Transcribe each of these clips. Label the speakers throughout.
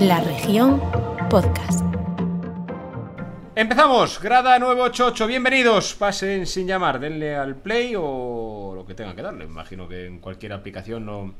Speaker 1: La región podcast.
Speaker 2: Empezamos, grada 988, bienvenidos. Pasen sin llamar, denle al play o lo que tengan que darle. Imagino que en cualquier aplicación no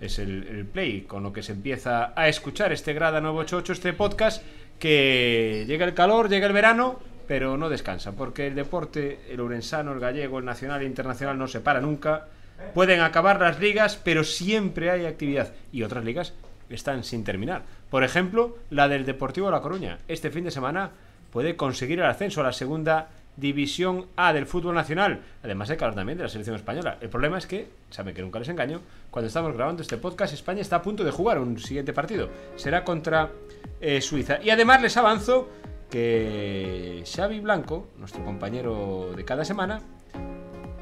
Speaker 2: es el, el play, con lo que se empieza a escuchar este grada 988, este podcast, que llega el calor, llega el verano, pero no descansa, porque el deporte, el urensano, el gallego, el nacional e internacional no se para nunca. Pueden acabar las ligas, pero siempre hay actividad. Y otras ligas están sin terminar. Por ejemplo, la del Deportivo La Coruña. Este fin de semana puede conseguir el ascenso a la segunda división A del fútbol nacional. Además hay que hablar también de la selección española. El problema es que, saben que nunca les engaño, cuando estamos grabando este podcast, España está a punto de jugar un siguiente partido. Será contra eh, Suiza. Y además les avanzo que Xavi Blanco, nuestro compañero de cada semana,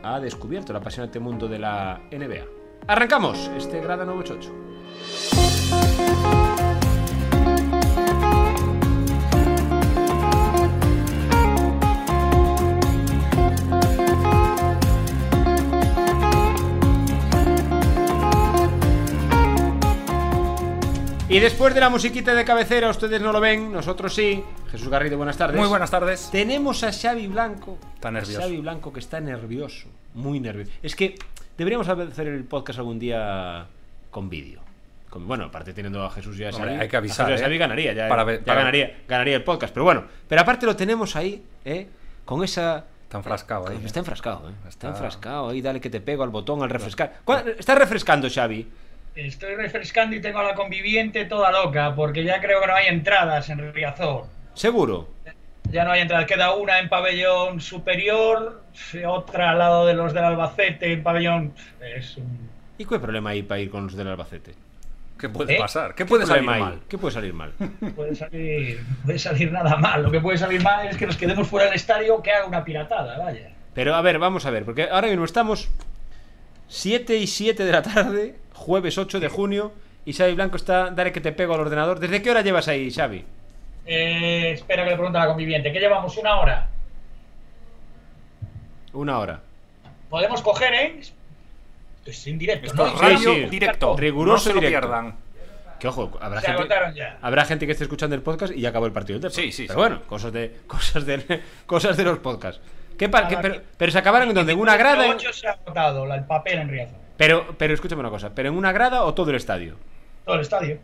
Speaker 2: ha descubierto el apasionante mundo de la NBA. Arrancamos este Grada 988. Y después de la musiquita de cabecera, ustedes no lo ven, nosotros sí. Jesús Garrido, buenas tardes.
Speaker 3: Muy buenas tardes.
Speaker 2: Tenemos a Xavi Blanco.
Speaker 3: Está
Speaker 2: a
Speaker 3: nervioso.
Speaker 2: Xavi Blanco que está nervioso, muy nervioso. Es que deberíamos hacer el podcast algún día con vídeo. Con- bueno, aparte teniendo a Jesús ya
Speaker 3: Hombre, hay que avisar,
Speaker 2: a Jesús y a
Speaker 3: ¿eh?
Speaker 2: Xavi ganaría, ya,
Speaker 3: Para ver-
Speaker 2: ya
Speaker 3: para-
Speaker 2: ganaría, ganaría el podcast. Pero bueno, pero aparte lo tenemos ahí, ¿eh? Con esa...
Speaker 3: Está enfrascado ahí.
Speaker 2: Está enfrascado, ¿eh? Está,
Speaker 3: Está-
Speaker 2: enfrascado ahí, dale que te pego al botón al refrescar. ¿Cuál- ¿Está refrescando Xavi?
Speaker 4: Estoy refrescando y tengo a la conviviente toda loca, porque ya creo que no hay entradas en Riazor.
Speaker 2: Seguro.
Speaker 4: Ya no hay entradas, queda una en pabellón superior, otra al lado de los del Albacete, en pabellón... Es un...
Speaker 2: ¿Y qué problema hay para ir con los del Albacete?
Speaker 3: ¿Qué puede
Speaker 4: ¿Eh?
Speaker 3: pasar? ¿Qué puede salir
Speaker 2: problema hay?
Speaker 3: mal?
Speaker 2: ¿Qué puede salir mal?
Speaker 4: Puede salir, puede salir nada mal. Lo que puede salir mal es que nos quedemos fuera del estadio que haga una piratada, vaya.
Speaker 2: Pero a ver, vamos a ver, porque ahora mismo estamos 7 y 7 de la tarde, jueves 8 de junio, y Xavi Blanco está, dale que te pego al ordenador. ¿Desde qué hora llevas ahí, Xavi?
Speaker 4: Eh, espera que le pregunte a la conviviente. ¿Qué llevamos? ¿Una hora?
Speaker 2: Una hora.
Speaker 4: Podemos coger, ¿eh? Esto es en directo,
Speaker 3: Esto
Speaker 4: ¿no?
Speaker 3: es
Speaker 2: Sí,
Speaker 3: radio
Speaker 2: sí.
Speaker 3: directo.
Speaker 2: Riguroso
Speaker 3: no se lo
Speaker 2: directo.
Speaker 3: pierdan.
Speaker 2: Que ojo, habrá
Speaker 4: Se
Speaker 2: gente,
Speaker 4: agotaron ya.
Speaker 2: habrá gente que esté escuchando el podcast y ya acabó el partido del Depor.
Speaker 3: Sí, sí,
Speaker 2: Pero
Speaker 3: sí.
Speaker 2: bueno, cosas de, cosas de, cosas de los podcasts. ¿Qué par-
Speaker 4: Ah,
Speaker 2: qué- pero,
Speaker 4: aquí.
Speaker 2: pero se acabaron en donde en una grada. en-
Speaker 4: Ocho se ha agotado la- el papel en Riazor.
Speaker 2: pero, pero escúchame una cosa, pero en una grada o todo el estadio.
Speaker 4: Todo el estadio.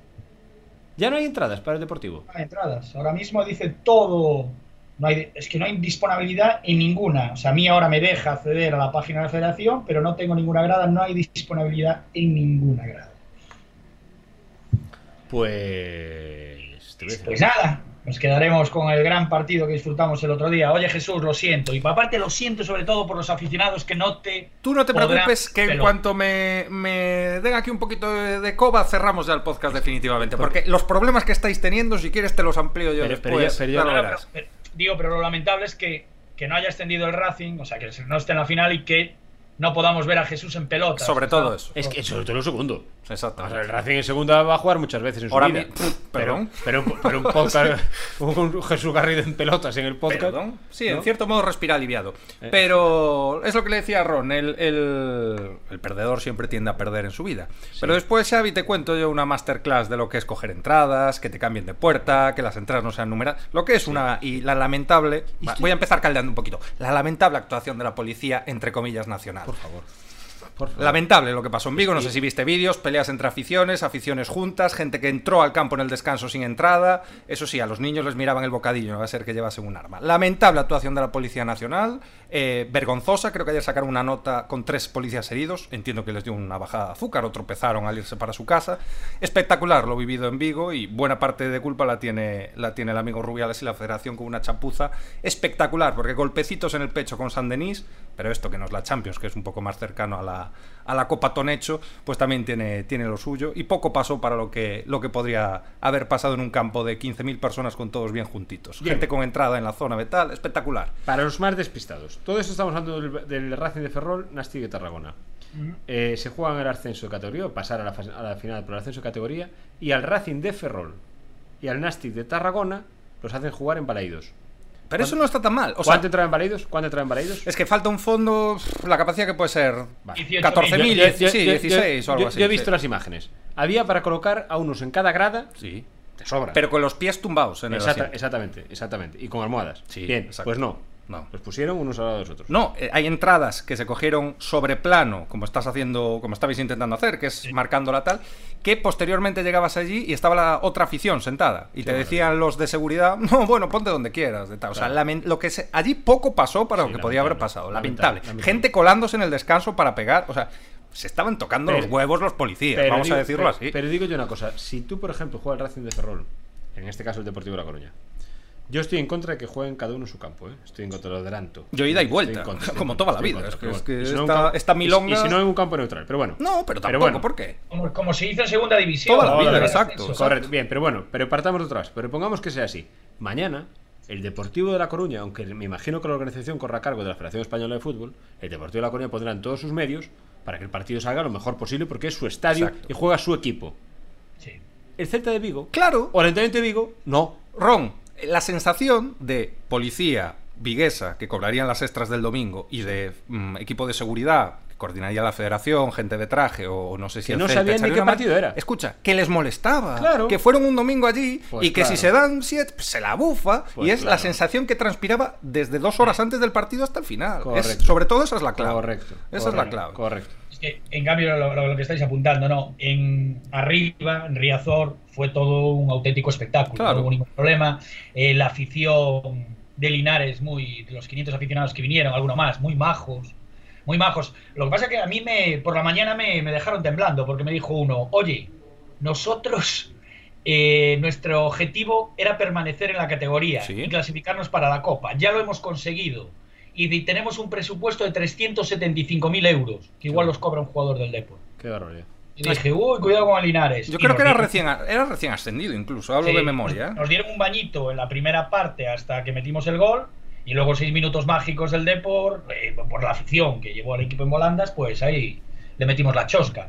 Speaker 2: Ya no hay entradas para el deportivo.
Speaker 4: No hay entradas. Ahora mismo dice todo. No hay, es que no hay disponibilidad en ninguna. O sea, a mí ahora me deja acceder a la página de la federación, pero no tengo ninguna grada, no hay disponibilidad en ninguna grada.
Speaker 2: Pues. te voy a decir-
Speaker 4: Pues nada, nos quedaremos con el gran partido que disfrutamos el otro día. Oye Jesús, lo siento. Y aparte lo siento sobre todo por los aficionados que no te...
Speaker 3: Tú no te
Speaker 4: podrán
Speaker 3: preocupes que en
Speaker 4: pelo.
Speaker 3: cuanto me, me den aquí un poquito de, de coba cerramos ya el podcast definitivamente. Porque los problemas que estáis teniendo, si quieres te los amplío yo
Speaker 2: Pero- pero
Speaker 3: después.
Speaker 2: ya- pero ya-
Speaker 3: ya lo
Speaker 4: Claro,
Speaker 3: verás.
Speaker 4: pero- pero- eh, digo, pero lo lamentable es que, que no haya extendido el Racing, o sea, que no esté en la final y que no podamos ver a Jesús en pelota.
Speaker 3: Sobre todo eso.
Speaker 2: Es que sobre todo lo segundo.
Speaker 3: Exacto.
Speaker 2: O sea, el Racing en segunda va a jugar muchas veces en su
Speaker 3: Ahora
Speaker 2: vida.
Speaker 3: mi- pff,
Speaker 2: pero,
Speaker 3: perdón.
Speaker 2: pero, un- pero un podcast, un Jesús Garrido en pelotas en el podcast.
Speaker 3: Perdón. Sí,
Speaker 2: ¿no? Eh.
Speaker 3: en cierto modo respira aliviado. Pero es lo que le decía a Ron, el, el- el perdedor siempre tiende a perder en su vida. Pero después, Xavi, te cuento yo una masterclass de lo que es coger entradas, que te cambien de puerta, que las entradas no sean numeradas. Lo que es una... Y la lamentable... Va, Voy a empezar caldeando un poquito. La lamentable actuación de la policía, entre comillas, nacional.
Speaker 2: Por favor. Por favor.
Speaker 3: Lamentable lo que pasó en Vigo, no sé si viste vídeos, peleas entre aficiones, aficiones juntas, gente que entró al campo en el descanso sin entrada. Eso sí, a los niños les miraban el bocadillo, no va a ser que llevasen un arma. Lamentable actuación de la Policía Nacional, eh, vergonzosa, creo que ayer sacaron una nota con tres policías heridos, entiendo que les dio una bajada de azúcar o tropezaron al irse para su casa. Espectacular lo vivido en Vigo y buena parte de culpa la tiene, la tiene el amigo Rubiales y la federación con una chapuza espectacular, porque golpecitos en el pecho con San Denis, pero esto que no es la Champions, que es un poco más cercano a la, a la Copa Tonecho, pues también tiene, tiene lo suyo. Y poco pasó para lo que, lo que podría haber pasado en un campo de 15.000 personas con todos bien juntitos.
Speaker 2: Bien.
Speaker 3: Gente con entrada en la zona vetal, espectacular.
Speaker 2: Para los más despistados. Todo esto estamos hablando del, del Racing de Ferrol, Nasti de Tarragona. Eh, se juegan el ascenso de categoría, o pasar a la, fase- a la final por el ascenso de categoría, y al Racing de Ferrol y al Nastic de Tarragona los hacen jugar en Baleidos.
Speaker 3: Pero eso no está tan mal. O sea,
Speaker 2: ¿Cuánto entra en Baleidos? ¿Cuánto entra en Baleidos?
Speaker 3: es que falta un fondo, pff, la capacidad que puede ser
Speaker 2: Vale.
Speaker 3: 14.000,
Speaker 2: Yo- yo- yo-
Speaker 3: sí,
Speaker 2: yo-
Speaker 3: 16 o algo
Speaker 2: yo-
Speaker 3: así.
Speaker 2: Yo he
Speaker 3: sí.
Speaker 2: visto las imágenes. Había para colocar a unos en cada grada
Speaker 3: Sí.
Speaker 2: Te sobra.
Speaker 3: Pero con los pies tumbados en el
Speaker 2: Exacta-
Speaker 3: asiento.
Speaker 2: exactamente, exactamente. Y con almohadas.
Speaker 3: Sí,
Speaker 2: Bien,
Speaker 3: exacto.
Speaker 2: pues no.
Speaker 3: No.
Speaker 2: Los pusieron unos al lado de los otros.
Speaker 3: No, eh, hay entradas que se cogieron sobre plano, como estás haciendo, como estabais intentando hacer, que es marcándola tal, que posteriormente llegabas allí y estaba la otra afición sentada. Y te decían los de seguridad, no, bueno, ponte donde quieras. de tal". O sea, lamen- lo que se- allí poco pasó para
Speaker 2: Sí,
Speaker 3: lo que podía haber
Speaker 2: lamentable,
Speaker 3: pasado. Lamentable.
Speaker 2: lamentable, lamentable.
Speaker 3: Gente colándose en el descanso para pegar. O sea, se estaban tocando los
Speaker 2: Pero-
Speaker 3: huevos los policías, vamos
Speaker 2: digo-
Speaker 3: a decirlo
Speaker 2: pero-
Speaker 3: así.
Speaker 2: Pero digo yo una cosa, si tú, por ejemplo, juegas al Racing de Ferrol, en este caso el Deportivo de La Coruña, yo estoy en contra de que jueguen cada uno en su campo, ¿eh? Estoy en contra, lo adelanto.
Speaker 3: Yo ida y
Speaker 2: Estoy
Speaker 3: vuelta,
Speaker 2: en contra, estoy
Speaker 3: como
Speaker 2: en
Speaker 3: toda
Speaker 2: contra, estoy
Speaker 3: la vida,
Speaker 2: en
Speaker 3: es
Speaker 2: contra,
Speaker 3: que
Speaker 2: pero bueno.
Speaker 3: es que
Speaker 2: Y si no en
Speaker 3: esta-
Speaker 2: campo-
Speaker 3: esta
Speaker 2: y si-
Speaker 3: milonga-
Speaker 2: Y si, no en un campo neutral, pero bueno.
Speaker 3: no, pero tampoco,
Speaker 2: bueno.
Speaker 3: ¿por qué?
Speaker 4: Como, como se hizo en segunda división.
Speaker 3: Toda la
Speaker 4: Ahora,
Speaker 3: vida,
Speaker 4: el
Speaker 3: exacto,
Speaker 4: ascenso.
Speaker 3: exacto.
Speaker 2: Correcto, bien, pero bueno, pero partamos de atrás. Pero pongamos que sea así. Mañana, el Deportivo de La Coruña, aunque me imagino que la organización corra a cargo de la Federación Española de Fútbol, el Deportivo de La Coruña pondrá en todos sus medios para que el partido salga lo mejor posible porque es su estadio
Speaker 3: Exacto.
Speaker 2: y juega su equipo.
Speaker 4: Sí.
Speaker 2: El Celta de Vigo,
Speaker 3: Claro,
Speaker 2: o el Ayuntamiento de Vigo, no.
Speaker 3: Ron, la sensación de policía viguesa que cobrarían las extras del domingo y de mm, equipo de seguridad que coordinaría la federación, gente de traje o no sé si
Speaker 2: Que
Speaker 3: el
Speaker 2: no
Speaker 3: Celta
Speaker 2: sabían ni
Speaker 3: echaría
Speaker 2: qué
Speaker 3: una mano.
Speaker 2: partido era.
Speaker 3: Escucha, que les molestaba,
Speaker 2: Claro.
Speaker 3: que fueron un domingo allí
Speaker 2: Pues
Speaker 3: y que si
Speaker 2: claro.
Speaker 3: se dan siete pues, se la bufa
Speaker 2: Pues
Speaker 3: y es la
Speaker 2: claro.
Speaker 3: sensación que transpiraba desde dos horas antes del partido hasta el final. Es-
Speaker 2: Correcto.
Speaker 3: sobre todo esa es la clave.
Speaker 2: Correcto.
Speaker 3: Esa es la
Speaker 2: correcto,
Speaker 3: clave.
Speaker 2: Correcto.
Speaker 4: Es que, en cambio, lo, lo- lo que estáis apuntando, no. En arriba, en Riazor, fue todo un auténtico espectáculo.
Speaker 3: Claro.
Speaker 4: No hubo ningún problema. Eh, la afición de Linares, muy, de los 500 aficionados que vinieron, alguno más, muy majos. Muy majos. Lo que pasa es que a mí me, por la mañana me, me dejaron temblando porque me dijo uno, oye, nosotros, eh, nuestro objetivo era permanecer en la categoría
Speaker 3: Sí.
Speaker 4: y clasificarnos para la Copa. Ya lo hemos conseguido. Y de- tenemos un presupuesto de 375.000 euros, que igual los cobra un jugador del Deport.
Speaker 2: Qué barbaridad.
Speaker 4: Y dije, uy, cuidado con el Linares.
Speaker 3: Yo
Speaker 4: Y
Speaker 3: creo
Speaker 4: nos
Speaker 3: que era
Speaker 4: dieron-
Speaker 3: recién, era recién ascendido incluso, hablo
Speaker 4: sí,
Speaker 3: de memoria. ¿eh?
Speaker 4: Nos, nos dieron un bañito en la primera parte hasta que metimos el gol. Y luego seis minutos mágicos del Deport, eh, por la afición que llevó al equipo en volandas, pues ahí le metimos la chosca.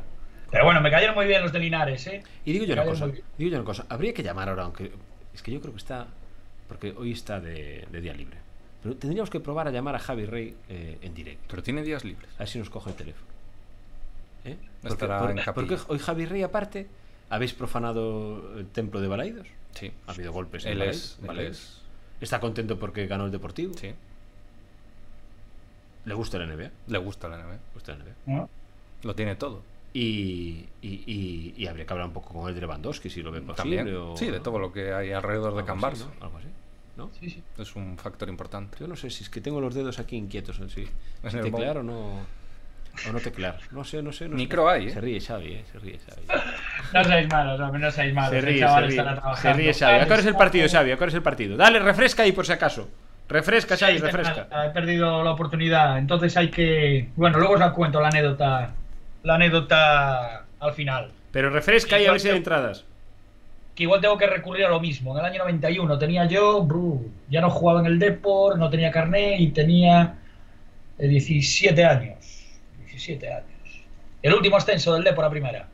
Speaker 4: Pero bueno, me cayeron muy bien los de Linares, ¿eh?
Speaker 2: Y digo yo una
Speaker 4: Vale,
Speaker 2: cosa,
Speaker 4: muy bien.
Speaker 2: digo yo una cosa, habría que llamar ahora, aunque es que yo creo que está, porque hoy está de, de día libre. Pero tendríamos que probar a llamar a Javi Rey eh, en directo,
Speaker 3: Pero tiene días libres.
Speaker 2: a ver si nos coge el teléfono. ¿Eh?
Speaker 3: Estará en capilla.
Speaker 2: porque hoy Javi Rey aparte, habéis profanado el templo de Balaidos,
Speaker 3: Sí.
Speaker 2: ha habido golpes en
Speaker 3: Él
Speaker 2: Balaidos,
Speaker 3: es, él
Speaker 2: Balaidos.
Speaker 3: es-
Speaker 2: está contento porque ganó el Deportivo,
Speaker 3: Sí,
Speaker 2: le gusta la NBA, le
Speaker 3: le gusta la NBA.
Speaker 2: gusta la NBA.
Speaker 4: ¿No?
Speaker 3: Lo tiene todo.
Speaker 2: Y, y, y- y habría que hablar un poco con el de Lewandowski si lo ven posible.
Speaker 3: También.
Speaker 2: o-
Speaker 3: Sí, de todo lo que hay alrededor de
Speaker 2: algo
Speaker 3: Can
Speaker 2: así,
Speaker 3: Barça.
Speaker 2: ¿no? Algo así, Ah, pues ¿no?
Speaker 4: Sí, sí.
Speaker 3: Es un factor importante.
Speaker 2: Yo no sé si es que tengo los dedos aquí inquietos en sí. Si
Speaker 3: el
Speaker 2: teclear o no. O no teclear. No sé, no sé. No sé.
Speaker 3: Micro hay, ¿eh?
Speaker 2: Se ríe Xavi, ¿eh? Se ríe Xavi.
Speaker 4: No seáis malos, hombre, no seáis malos.
Speaker 2: Se
Speaker 4: Ah, pues el
Speaker 2: ríe, se
Speaker 4: chaval
Speaker 2: ríe.
Speaker 4: estará
Speaker 2: Se
Speaker 4: trabajando. Ah, pues
Speaker 2: ríe Xavi. ¿A qué hora es el
Speaker 4: Está-
Speaker 2: partido, Xavi? ¿A qué hora es el partido? Dale, refresca ahí por si acaso. Refresca, Xavi,
Speaker 4: Sí,
Speaker 2: refresca.
Speaker 4: He perdido la oportunidad, entonces hay que... Bueno, luego os la cuento la anécdota, la anécdota al final.
Speaker 2: Pero refresca y a ver si hay entradas.
Speaker 4: Que igual tengo que recurrir a lo mismo. En el año 91 tenía yo, bru, ya no jugaba en el Depor, no tenía carné y tenía eh, 17 años. 17 años. El último ascenso del Depor a primera.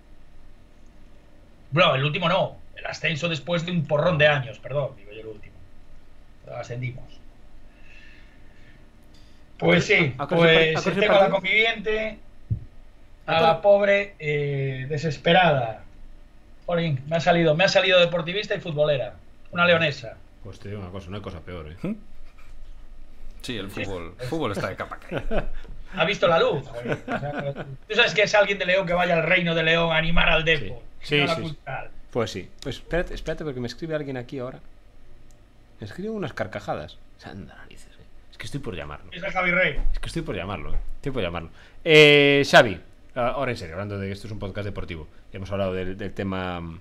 Speaker 4: Bro, el último no. El ascenso después de un porrón de años, perdón, digo yo el último. Ascendimos. Pues sí,
Speaker 2: ¿A qué hora es el par- a qué
Speaker 4: pues
Speaker 2: hora es el
Speaker 4: tengo a la
Speaker 2: partido?
Speaker 4: conviviente,
Speaker 2: ¿A
Speaker 4: a
Speaker 2: qué
Speaker 4: la
Speaker 2: hora?
Speaker 4: Ah, pobre eh, desesperada. Jolín, me ha salido, me ha salido deportivista y futbolera. Una leonesa.
Speaker 2: Pues te digo una cosa, no hay cosa peor, ¿eh?
Speaker 3: Sí, el fútbol, el fútbol está de capa caída.
Speaker 4: Ha visto la luz. joder. O sea, Tú sabes que es alguien de León que vaya al reino de León a animar al Depor.
Speaker 2: Sí,
Speaker 4: no a la
Speaker 2: sí, sí.
Speaker 4: cultural.
Speaker 2: Pues sí. Pues espérate, espérate porque me escribe alguien aquí ahora. Me escribe unas carcajadas. Sanda narices, ¿eh? Es que estoy por llamarlo.
Speaker 4: Es de Javi Rey.
Speaker 2: Es que estoy por llamarlo, ¿eh? estoy por llamarlo. Eh, Xavi, a- ahora en serio, hablando de que esto es un podcast deportivo, hemos hablado del, del tema... mm,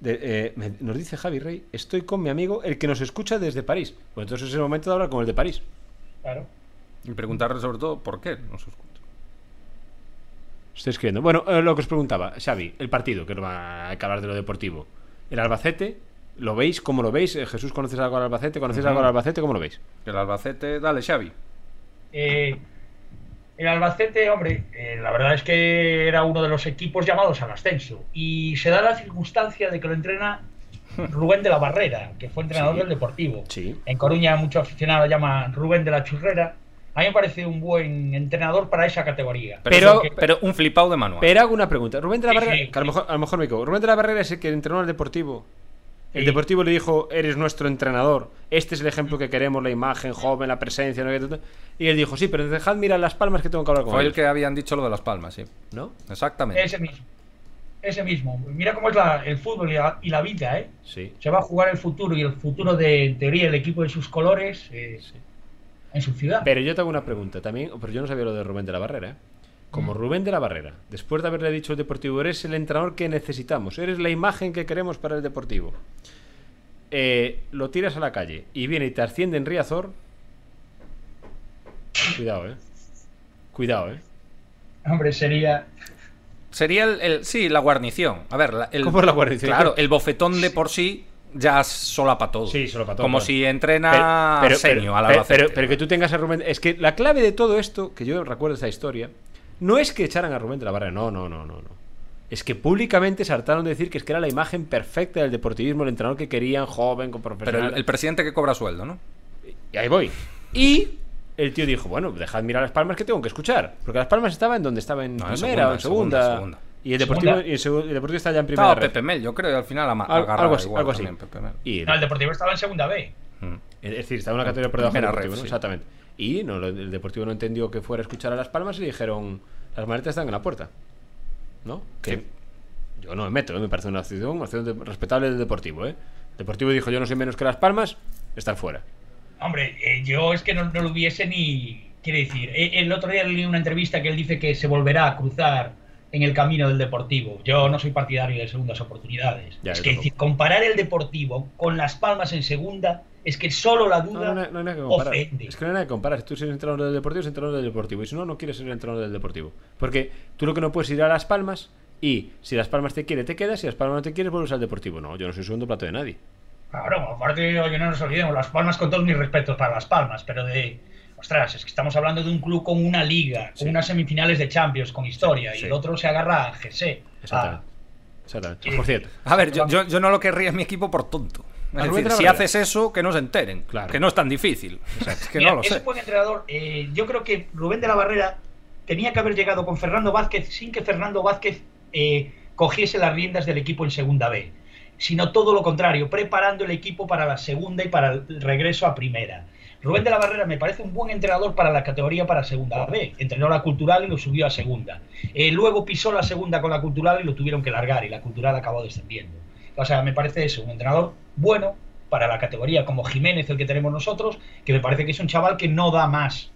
Speaker 2: de- eh, me- nos dice Javi Rey, estoy con mi amigo, el que nos escucha desde París. Pues entonces es el momento de hablar con el de París.
Speaker 4: Claro.
Speaker 3: Y preguntarle sobre todo por qué no se escucha.
Speaker 2: Estoy escribiendo. Bueno, eh, lo que os preguntaba, Xavi, el partido, que no va- hay que hablar de lo deportivo. El Albacete, ¿lo veis? ¿Cómo lo veis? Eh, Jesús, ¿conoces algo al Albacete? ¿Conoces
Speaker 3: Ujú.
Speaker 2: algo al Albacete? ¿Cómo lo veis?
Speaker 3: Que El Albacete, dale, Xavi.
Speaker 4: Eh, el Albacete, hombre, eh, la verdad es que era uno de los equipos llamados al ascenso. Y se da la circunstancia de que lo entrena Rubén de la Barrera, que fue entrenador
Speaker 2: Hmm. Sí.
Speaker 4: del Deportivo.
Speaker 2: Sí.
Speaker 4: En Coruña, muchos aficionados lo llaman Rubén de la Churrera. A mí me parece un buen entrenador para esa categoría.
Speaker 3: Pero,
Speaker 2: Pero-
Speaker 3: pero un flipado de manual.
Speaker 2: Pero hago una pregunta. Rubén de la
Speaker 4: Sí,
Speaker 2: Barrera,
Speaker 4: sí,
Speaker 2: que a lo
Speaker 4: sí.
Speaker 2: mejor, a lo mejor me equivoco. Rubén de la Barrera es el que entrenó al Deportivo El Deportivo le dijo, eres nuestro entrenador. Este es el ejemplo que queremos, la imagen joven, la presencia. no sé qué, ta, ta". Y él dijo, sí, pero dejad mirar las palmas que tengo que hablar con
Speaker 3: Fue el
Speaker 2: ellos".
Speaker 3: que habían dicho lo de Las Palmas, sí.
Speaker 2: ¿No?
Speaker 3: Exactamente.
Speaker 4: Ese mismo. Ese mismo. Mira cómo es la- el fútbol y la, y la vida, ¿eh?
Speaker 2: Sí.
Speaker 4: Se va a jugar el futuro y el futuro de, en teoría, el equipo de sus colores eh,
Speaker 2: sí.
Speaker 4: en su ciudad.
Speaker 2: Pero yo te hago una pregunta también, pero yo no sabía lo de Rubén de la Barrera. ¿eh? Como Rubén de la Barrera, después de haberle dicho al Deportivo, eres el entrenador que necesitamos, eres la imagen que queremos para el Deportivo. Eh, lo tiras a la calle y viene y te asciende en Riazor. Cuidado, eh. Cuidado, eh.
Speaker 4: Hombre, sería.
Speaker 3: Sería el, el- Sí, la guarnición. A ver, la- el,
Speaker 2: ¿Cómo es la guarnición?
Speaker 3: Claro, el bofetón de por sí ya solapa todo.
Speaker 2: Sí, solapa todo,
Speaker 3: Como
Speaker 2: claro.
Speaker 3: si entrena
Speaker 2: pero,
Speaker 3: Senio
Speaker 2: pero-
Speaker 3: al
Speaker 2: pero-
Speaker 3: Albacete.
Speaker 2: pero- pero que tú tengas a Rubén. Es que la clave de todo esto, que yo recuerdo esta historia, no es que echaran a Rubén de la Barrera. No, no, no, no. no. Es que públicamente se hartaron de decir que es que era la imagen perfecta del deportivismo, el entrenador que querían, joven, con
Speaker 3: Pero
Speaker 2: profesional.
Speaker 3: el, el presidente que cobra sueldo, ¿no?
Speaker 2: Y ahí voy. Y el tío dijo, bueno, dejad mirar las palmas que tengo que escuchar. Porque las palmas estaba en donde estaba en
Speaker 3: No, en
Speaker 2: primera
Speaker 3: segunda,
Speaker 2: o en
Speaker 3: en
Speaker 2: segunda.
Speaker 3: segunda, segunda.
Speaker 2: Y el deportivo,
Speaker 4: Segunda.
Speaker 2: y el, segu- el deportivo está ya en primera.
Speaker 3: Estaba
Speaker 2: red.
Speaker 3: Pepe Mel, yo creo, y al final ama-
Speaker 2: Al-
Speaker 3: agarra
Speaker 2: algo así.
Speaker 3: igual
Speaker 2: algo así.
Speaker 3: también, Pepe Mel.
Speaker 2: Y
Speaker 4: No, el Deportivo estaba en segunda B.
Speaker 3: Mm.
Speaker 2: Es decir, estaba una categoría por debajo del
Speaker 3: Primera
Speaker 2: Deportivo,
Speaker 3: red,
Speaker 2: ¿no?
Speaker 3: sí.
Speaker 2: Exactamente. Y no, lo- el Deportivo no entendió que fuera a escuchar a Las Palmas y le dijeron, las maletas están en la puerta. ¿No? Que
Speaker 3: Sí.
Speaker 2: yo no me meto, ¿eh? me parece una acción, una acción de- respetable del Deportivo, ¿eh? El Deportivo dijo, yo no soy menos que Las Palmas, están fuera.
Speaker 4: Hombre, eh, yo es que no, no lo hubiese ni. Quiere decir, eh, el otro día leí una entrevista que él dice que se volverá a cruzar en el camino del deportivo. Yo no soy partidario de segundas oportunidades.
Speaker 2: Ya,
Speaker 4: es
Speaker 2: yo
Speaker 4: que
Speaker 2: tampoco.
Speaker 4: decir, comparar el deportivo con las palmas en segunda es que solo la
Speaker 2: No,
Speaker 4: duda
Speaker 2: no, no hay- no hay nada que comparar.
Speaker 4: ofende.
Speaker 2: Es que no hay nada que comparar. Si tú eres entrenador del Deportivo, eres entrenador del Deportivo. Y si no, no quieres ser entrenador del Deportivo. Porque tú lo que no puedes ir a Las Palmas y si Las Palmas te quiere, te quedas. Si Las Palmas no te quiere, vuelves al Deportivo. No, yo no soy segundo plato de nadie.
Speaker 4: Claro, aparte, oye, no nos olvidemos, Las Palmas, con todos mis respetos para Las Palmas, pero de. Ostras, es que estamos hablando de un club con una liga, con
Speaker 2: Sí.
Speaker 4: unas semifinales de Champions, con historia,
Speaker 2: Sí,
Speaker 4: y
Speaker 2: sí.
Speaker 4: el otro se agarra a GC.
Speaker 2: Exactamente. Exactamente.
Speaker 4: Sí.
Speaker 2: Por cierto,
Speaker 3: A ver, yo, yo- yo no lo querría en mi equipo por tonto. Es
Speaker 2: Al Rubén
Speaker 3: decir,
Speaker 2: de la
Speaker 3: si
Speaker 2: Barrera.
Speaker 3: haces eso, que no se enteren.
Speaker 2: Claro.
Speaker 3: Que no es tan difícil. Es que
Speaker 4: Mira,
Speaker 3: no lo
Speaker 4: es
Speaker 3: sé.
Speaker 4: un buen entrenador. Eh, yo creo que Rubén de la Barrera tenía que haber llegado con Fernando Vázquez sin que Fernando Vázquez eh, cogiese las riendas del equipo en segunda B, sino todo lo contrario, preparando el equipo para la segunda y para el regreso a primera. Rubén de la Barrera me parece un buen entrenador para la categoría para segunda B. Entrenó la cultural y lo subió a segunda. Eh, luego pisó la segunda con la cultural y lo tuvieron que largar y la cultural acabó descendiendo. O sea, me parece eso, un entrenador bueno para la categoría, como Jiménez, el que tenemos nosotros, que me parece que es un chaval que no da más.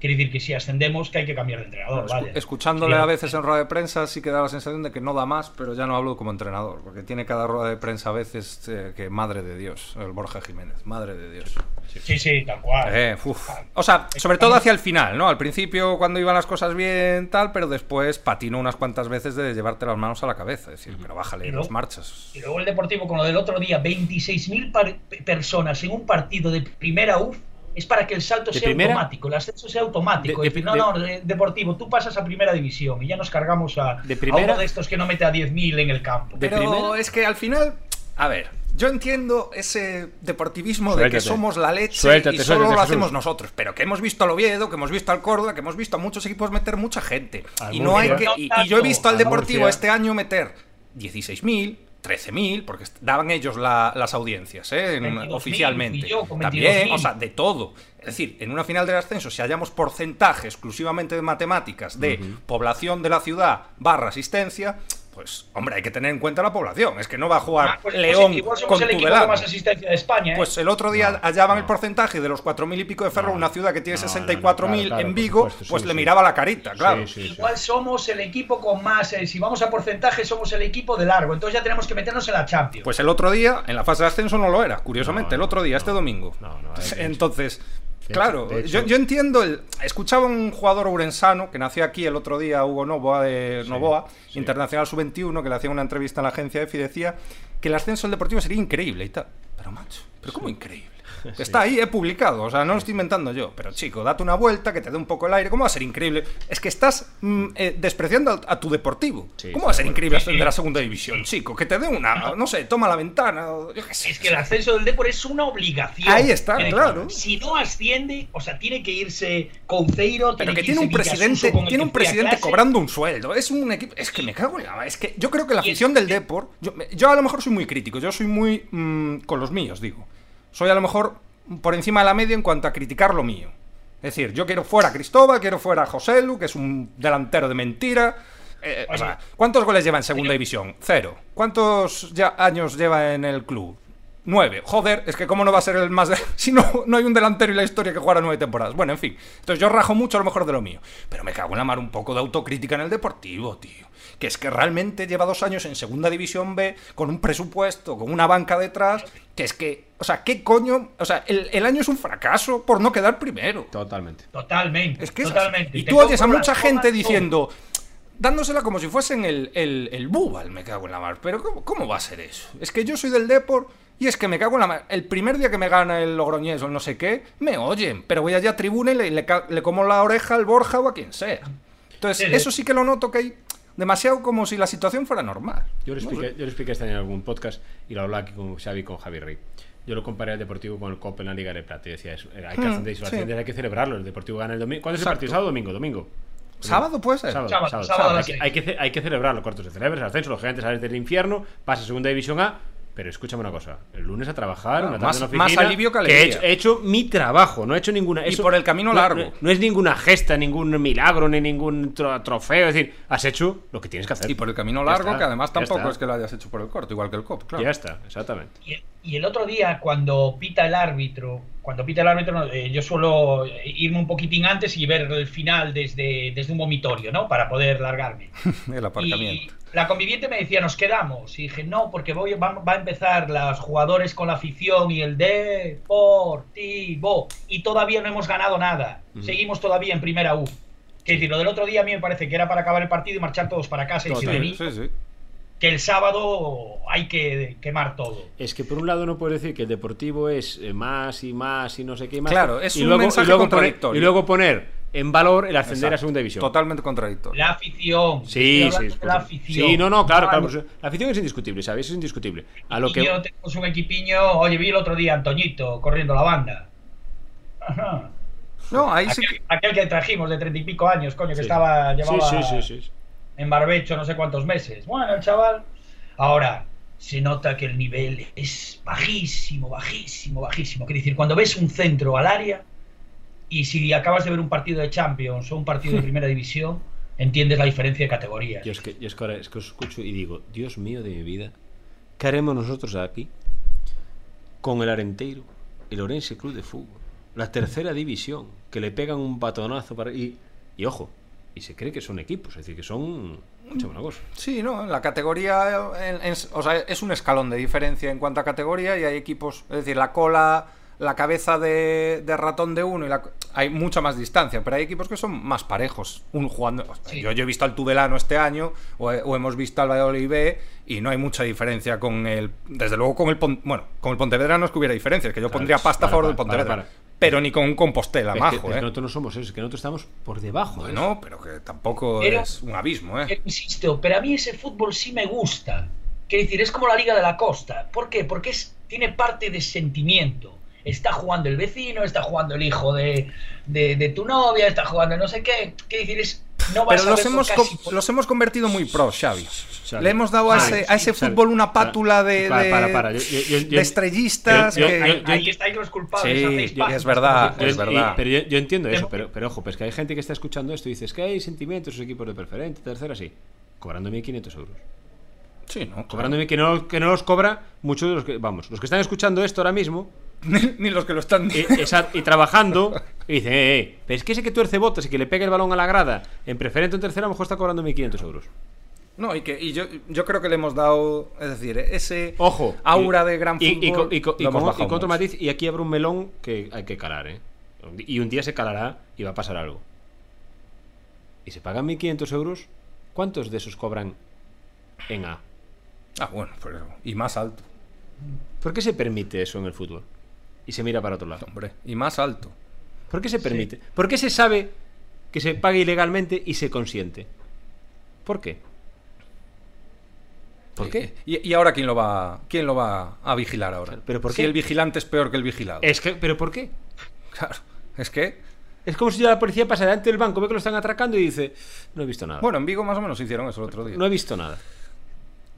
Speaker 4: Quiere decir que si ascendemos, que hay que cambiar de entrenador.
Speaker 3: Escu-
Speaker 4: vaya.
Speaker 3: Escuchándole
Speaker 4: Sí,
Speaker 3: a veces en rueda de prensa sí que da la sensación de que no da más, pero ya no hablo como entrenador, porque tiene cada rueda de prensa a veces eh, que madre de Dios, el Borja Jiménez, madre de Dios.
Speaker 4: Sí, sí, tal cual.
Speaker 3: Eh, uf. O sea, sobre todo hacia el final, ¿no? Al principio cuando iban las cosas bien, tal, pero después patinó unas cuantas veces de llevarte las manos a la cabeza, es decir, pero bájale
Speaker 4: Y
Speaker 3: dos
Speaker 4: luego-
Speaker 3: marchas.
Speaker 4: Y luego el Deportivo con lo del otro día, 26.000 par- personas en un partido de primera UF, es para que el salto
Speaker 2: ¿De
Speaker 4: sea
Speaker 2: primera?
Speaker 4: automático, el ascenso sea automático.
Speaker 2: De-
Speaker 4: Es decir,
Speaker 2: de-
Speaker 4: no, no, de- Deportivo, tú pasas a primera división y ya nos cargamos a,
Speaker 2: ¿De
Speaker 4: a
Speaker 2: primera?
Speaker 4: uno de estos que no mete a 10.000 en el campo.
Speaker 2: De-
Speaker 3: Pero
Speaker 2: primera?
Speaker 3: es que al final, a ver, yo entiendo ese deportivismo de que
Speaker 2: Suéltate.
Speaker 3: somos la leche
Speaker 2: Suéltate,
Speaker 3: y solo
Speaker 2: suéltate,
Speaker 3: lo
Speaker 2: Jesús.
Speaker 3: hacemos nosotros, pero que hemos visto al Oviedo, que hemos visto al Córdoba, que hemos visto a muchos equipos meter mucha gente.
Speaker 2: Al
Speaker 3: y no hay que
Speaker 2: Murcia.
Speaker 3: y, y yo he visto al
Speaker 2: Al
Speaker 3: Deportivo
Speaker 2: Murcia.
Speaker 3: este año meter 16.000 13.000, porque est- daban ellos la- las audiencias, ¿eh? En-
Speaker 4: 22.000,
Speaker 3: oficialmente.
Speaker 4: fui yo con
Speaker 3: También,
Speaker 4: 22.000.
Speaker 3: o sea, de todo. Es decir, en una final del ascenso, si hallamos porcentaje exclusivamente de matemáticas de población de la ciudad barra asistencia, pues, hombre, hay que tener en cuenta la población. Es que no va a jugar
Speaker 4: Ah, pues, pues,
Speaker 3: León
Speaker 4: igual somos
Speaker 3: con
Speaker 4: el equipo con
Speaker 3: Tudelano.
Speaker 4: más asistencia de España. ¿eh?
Speaker 3: Pues el otro día
Speaker 2: No,
Speaker 3: hallaban
Speaker 2: no.
Speaker 3: el porcentaje de los 4.000 y pico de Ferro,
Speaker 2: No,
Speaker 3: una ciudad que tiene
Speaker 2: no, no, no,
Speaker 3: 64.000
Speaker 2: claro, claro,
Speaker 3: en
Speaker 2: por
Speaker 3: Vigo,
Speaker 2: supuesto, sí,
Speaker 3: pues le
Speaker 2: sí.
Speaker 3: miraba la carita, claro.
Speaker 2: Sí, sí, sí.
Speaker 4: Igual somos el equipo con más. eh, si vamos a porcentaje, somos el equipo de largo. Entonces ya tenemos que meternos en la Champions.
Speaker 3: Pues el otro día, en la fase de ascenso no lo era, curiosamente,
Speaker 2: No,
Speaker 3: el otro día,
Speaker 2: no,
Speaker 3: este domingo.
Speaker 2: no, no, de hecho.
Speaker 3: Entonces,
Speaker 2: De
Speaker 3: claro,
Speaker 2: hecho, de
Speaker 3: yo,
Speaker 2: hecho.
Speaker 3: yo entiendo, el, escuchaba un jugador ourensano que nació aquí el otro día, Hugo Novoa, de Novoa
Speaker 2: sí.
Speaker 3: Internacional Sub-21, que le hacía una entrevista en la agencia EFI, decía que el ascenso del Deportivo sería increíble y tal. Pero macho, pero ¿cómo increíble? Está ahí, he publicado, o sea, no lo estoy inventando yo. Pero chico, date una vuelta, que te dé un poco el aire. ¿Cómo va a ser increíble? Es que estás mm, eh, despreciando al- a tu deportivo.
Speaker 2: Sí,
Speaker 3: ¿Cómo va a ser increíble
Speaker 4: Sí, sí.
Speaker 3: ascender a segunda división, chico? Que te dé una, no sé, toma la ventana, o yo qué sé.
Speaker 4: Ah. Es que el ascenso del Depor es una obligación.
Speaker 3: Ahí está,
Speaker 4: Tiene que-
Speaker 3: claro.
Speaker 4: Si no asciende, o sea, tiene que irse Conceiro,
Speaker 3: Pero que
Speaker 4: irse
Speaker 3: tiene un
Speaker 4: Villasuso
Speaker 3: presidente,
Speaker 4: con el
Speaker 3: tiene
Speaker 4: que
Speaker 3: un
Speaker 4: fui a
Speaker 3: presidente
Speaker 4: clase.
Speaker 3: cobrando un sueldo. Es un equipo. Es que me cago en la. Es que yo creo que la
Speaker 4: Y es-
Speaker 3: afición del Depor. Yo, me- yo a lo mejor soy muy crítico. Yo soy muy mm, con los míos, digo. Soy a lo mejor por encima de la media en cuanto a criticar lo mío. Es decir, yo quiero fuera a Cristóbal, quiero fuera a Joselu, que es un delantero de mentira. Eh, o
Speaker 4: Oye.
Speaker 3: sea, ¿cuántos goles lleva en segunda división? Cero. ¿Cuántos ya años lleva en el club? Nueve. Joder, es que cómo no va a ser el más... de- Si no, no hay un delantero en la historia que jugara nueve temporadas. Bueno, en fin. Entonces yo rajo mucho a lo mejor de lo mío. Pero me cago en la mar un poco de autocrítica en el deportivo, tío. Que es que realmente lleva dos años en segunda división B, con un presupuesto, con una banca detrás, que es que... O sea, ¿qué coño? O sea, el, el año es un fracaso por no quedar primero.
Speaker 2: Totalmente.
Speaker 4: Totalmente.
Speaker 3: Es que es así.
Speaker 4: totalmente.
Speaker 3: Y
Speaker 4: Te
Speaker 3: tú oyes a
Speaker 4: compro las
Speaker 3: mucha gente
Speaker 4: todas,
Speaker 3: diciendo, dándosela como si fuesen el, el, el Bubal, me cago en la mar. Pero ¿cómo, cómo va a ser eso? Es que yo soy del Depor y es que me cago en la mar. El primer día que me gana el Logroñés o el no sé qué, me oyen. Pero voy allá a tribuna y le, le ca- le como la oreja al Borja o a quien sea. Entonces,
Speaker 4: Sí, sí.
Speaker 3: eso sí que lo noto que hay demasiado como si la situación fuera normal.
Speaker 2: Yo lo
Speaker 3: No
Speaker 2: expliqué,
Speaker 3: sé.
Speaker 2: yo lo expliqué este año en algún podcast y lo hablaba aquí con Xavi y con Javi Rey. Yo lo comparé al Deportivo con el Copenhague Liga de Plata y decía, es- eh, hay que
Speaker 3: Mm,
Speaker 2: ascender y si lo
Speaker 3: sí.
Speaker 2: asciendes hay que celebrarlo. El Deportivo gana el domingo. ¿Cuándo es el
Speaker 3: Exacto.
Speaker 2: partido? ¿Sábado o domingo? Domingo.
Speaker 3: ¿Sábado puede ser?
Speaker 2: Sábado,
Speaker 4: Sábado,
Speaker 2: sábado,
Speaker 4: sábado a
Speaker 2: sábado. Hay,
Speaker 4: las
Speaker 2: que,
Speaker 4: seis.
Speaker 2: hay que ce- hay que celebrarlo, cortos de celebres, el ascenso, los gigantes salen del infierno, pasa a segunda división A, pero escúchame una cosa, el lunes a trabajar,
Speaker 3: Claro,
Speaker 2: una tarde
Speaker 3: más-
Speaker 2: en la oficina,
Speaker 3: más alivio que
Speaker 2: he
Speaker 3: alegría.
Speaker 2: hecho, he hecho mi trabajo, no he hecho ninguna...
Speaker 3: Y por el camino largo.
Speaker 2: No, no- no es ninguna gesta, ningún milagro, ni ningún tro- trofeo, es decir, has hecho lo que tienes que hacer.
Speaker 3: Y por el camino
Speaker 2: Ya
Speaker 3: largo,
Speaker 2: está,
Speaker 3: que además
Speaker 2: ya
Speaker 3: tampoco
Speaker 2: está.
Speaker 3: es que lo hayas hecho por el corto, igual que el COP, claro.
Speaker 2: Ya está, exactamente.
Speaker 4: Y, y el otro día, cuando pita el árbitro, cuando pita el árbitro, no, eh, yo suelo irme un poquitín antes y ver el final desde, desde un vomitorio, ¿no? Para poder largarme.
Speaker 3: El aparcamiento.
Speaker 4: Y la conviviente me decía, nos quedamos. Y dije, no, porque voy, va, va a empezar los jugadores con la afición y el deportivo. Y todavía no hemos ganado nada.
Speaker 2: Ujú.
Speaker 4: Seguimos todavía en primera U. Que decir, lo del otro día a mí me parece que era para acabar el partido y marchar todos para casa. Y si
Speaker 2: Total.
Speaker 4: le vi
Speaker 3: Sí, sí.
Speaker 4: que el sábado hay que quemar todo.
Speaker 2: Es que por un lado no puedes decir que el deportivo es eh, más y más y no sé qué más.
Speaker 3: Claro, es
Speaker 2: y
Speaker 3: un
Speaker 2: luego,
Speaker 3: mensaje
Speaker 2: y luego
Speaker 3: contradictorio.
Speaker 2: Poner, y luego poner en valor el ascender a
Speaker 3: Exacto.
Speaker 2: segunda división.
Speaker 3: Totalmente contradictorio.
Speaker 4: La afición.
Speaker 2: Sí,
Speaker 4: Estoy
Speaker 2: sí,
Speaker 4: hablando
Speaker 2: es
Speaker 4: de la
Speaker 2: por-
Speaker 4: afición.
Speaker 2: sí, no, no, claro, claro,
Speaker 4: Vale.
Speaker 2: por su- La afición es indiscutible, ¿sabes? Es indiscutible. A lo
Speaker 4: Y
Speaker 2: que
Speaker 4: yo tenemos un equipiño. Oye, vi el otro día a Antoñito corriendo la banda. Ajá.
Speaker 3: No, ahí sí
Speaker 4: Aquel,
Speaker 3: que...
Speaker 4: aquel que trajimos de treinta y pico años, coño, que
Speaker 2: Sí.
Speaker 4: estaba llevaba
Speaker 2: Sí, sí, sí, sí.
Speaker 4: en barbecho no sé cuántos meses. Bueno, el chaval. Ahora, se nota que el nivel es bajísimo, bajísimo, bajísimo. Quiere decir, cuando ves un centro al área y si acabas de ver un partido de Champions o un partido de primera división, entiendes la diferencia de categoría.
Speaker 2: Yo es que, yo es que ahora es que os escucho y digo, Dios mío de mi vida, ¿qué haremos nosotros aquí con el Arenteiro, el Orense Club de Fútbol, la tercera división, que le pegan un batonazo para... Y, y ojo, y se cree que son equipos, es decir, que son... Escúchame una cosa.
Speaker 3: Sí, no, en la categoría en- en- o sea, es un escalón de diferencia en cuanto a categoría y hay equipos, es decir, la cola, la cabeza de, de ratón de uno y la, hay mucha más distancia, pero hay equipos que son más parejos. Un jugando, o sea,
Speaker 4: Sí.
Speaker 3: yo, yo he visto al Tudelano este año o, he- o hemos visto al Valladolid B y no hay mucha diferencia con el, desde luego con el, Pon- bueno, con el Pontevedra no es que hubiera diferencia, es que yo
Speaker 2: Claro,
Speaker 3: pondría pasta
Speaker 2: para,
Speaker 3: a favor
Speaker 2: para,
Speaker 3: del Pontevedra,
Speaker 2: para, para.
Speaker 3: pero ni con un Compostela,
Speaker 2: Es que-
Speaker 3: majo,
Speaker 2: es que
Speaker 3: ¿eh?
Speaker 2: nosotros no somos eso, es que nosotros estamos por debajo. de eso.
Speaker 3: Bueno, pero que tampoco
Speaker 4: Pero-
Speaker 3: es un abismo, ¿eh?
Speaker 4: Yo insisto, pero a mí ese fútbol sí me gusta. Quiero decir, es como la Liga de la Costa. ¿Por qué? Porque es, tiene parte de sentimiento. Está jugando el vecino, está jugando el hijo de, de, de tu novia, está jugando no sé qué. Quiero decir, es, no vas
Speaker 3: Pero
Speaker 4: a
Speaker 3: los
Speaker 4: verlo
Speaker 3: hemos,
Speaker 4: casi
Speaker 3: co-
Speaker 4: por-
Speaker 3: los hemos convertido muy pro, Xavi.
Speaker 2: Xavi.
Speaker 3: Le hemos dado a
Speaker 4: Xavi,
Speaker 3: ese, a ese
Speaker 2: Ah, Xavi,
Speaker 3: fútbol una
Speaker 2: para,
Speaker 3: pátula de,
Speaker 2: para,
Speaker 3: de-
Speaker 2: para, para, yo- yo- yo-
Speaker 3: de
Speaker 2: yo-
Speaker 3: estrellistas.
Speaker 2: yo- yo-
Speaker 3: que-
Speaker 2: yo-
Speaker 4: Ahí estáis los culpables.
Speaker 3: Sí,
Speaker 4: hacéis
Speaker 3: yo- es
Speaker 4: pajas,
Speaker 3: verdad,
Speaker 4: hacéis
Speaker 2: Yo-
Speaker 3: es
Speaker 4: pajas.
Speaker 3: verdad.
Speaker 2: y- pero yo, yo entiendo eso,
Speaker 4: Pero-
Speaker 2: pero, pero ojo, pues que hay gente que está escuchando esto y dices que hay sentimientos, los equipos de preferente, tercera, sí. Cobrando 1.500 euros.
Speaker 3: Sí, ¿no?
Speaker 2: Cobrando 1.500 que no, que no los cobra muchos de los que, vamos, los que están escuchando esto ahora mismo
Speaker 3: Ni, ni los que lo están
Speaker 2: y, esa- y trabajando y dicen, eh, eh, pero es que ese que tuerce botas y que le pega el balón a la grada en preferente o en tercera, a lo mejor está cobrando 1.500 euros.
Speaker 3: No, y, que, y yo, yo creo que le hemos dado, es decir, ese
Speaker 2: Ojo.
Speaker 3: aura
Speaker 2: y-
Speaker 3: de gran
Speaker 2: y-
Speaker 3: fútbol.
Speaker 2: Y, co- y co- y
Speaker 3: lo hemos
Speaker 2: con, y
Speaker 3: bajado
Speaker 2: con otro
Speaker 3: mucho.
Speaker 2: matiz, y aquí habrá un melón que hay que calar, ¿eh? Y un día se calará y va a pasar algo. Y se pagan 1.500 euros, ¿cuántos de esos cobran en A?
Speaker 3: Ah, bueno, pero. Y más alto.
Speaker 2: ¿Por qué se permite eso en el fútbol? y se mira para otro lado.
Speaker 3: Hombre, y más alto.
Speaker 2: ¿Por qué se permite? ¿Por qué se sabe que se paga ilegalmente y se consiente? ¿Por qué? ¿Por qué?
Speaker 3: ¿Y, y ahora quién lo va quién lo va a vigilar ahora?
Speaker 2: ¿Pero por
Speaker 3: si
Speaker 2: qué?
Speaker 3: el vigilante es peor que el vigilado.
Speaker 2: Es que, ¿Pero por qué?
Speaker 3: Claro, es que
Speaker 2: Es como si ya la policía pasa delante del banco, ve que lo están atracando y dice, no he visto nada.
Speaker 3: bueno, en Vigo más o menos hicieron eso el otro día.
Speaker 2: no he visto nada.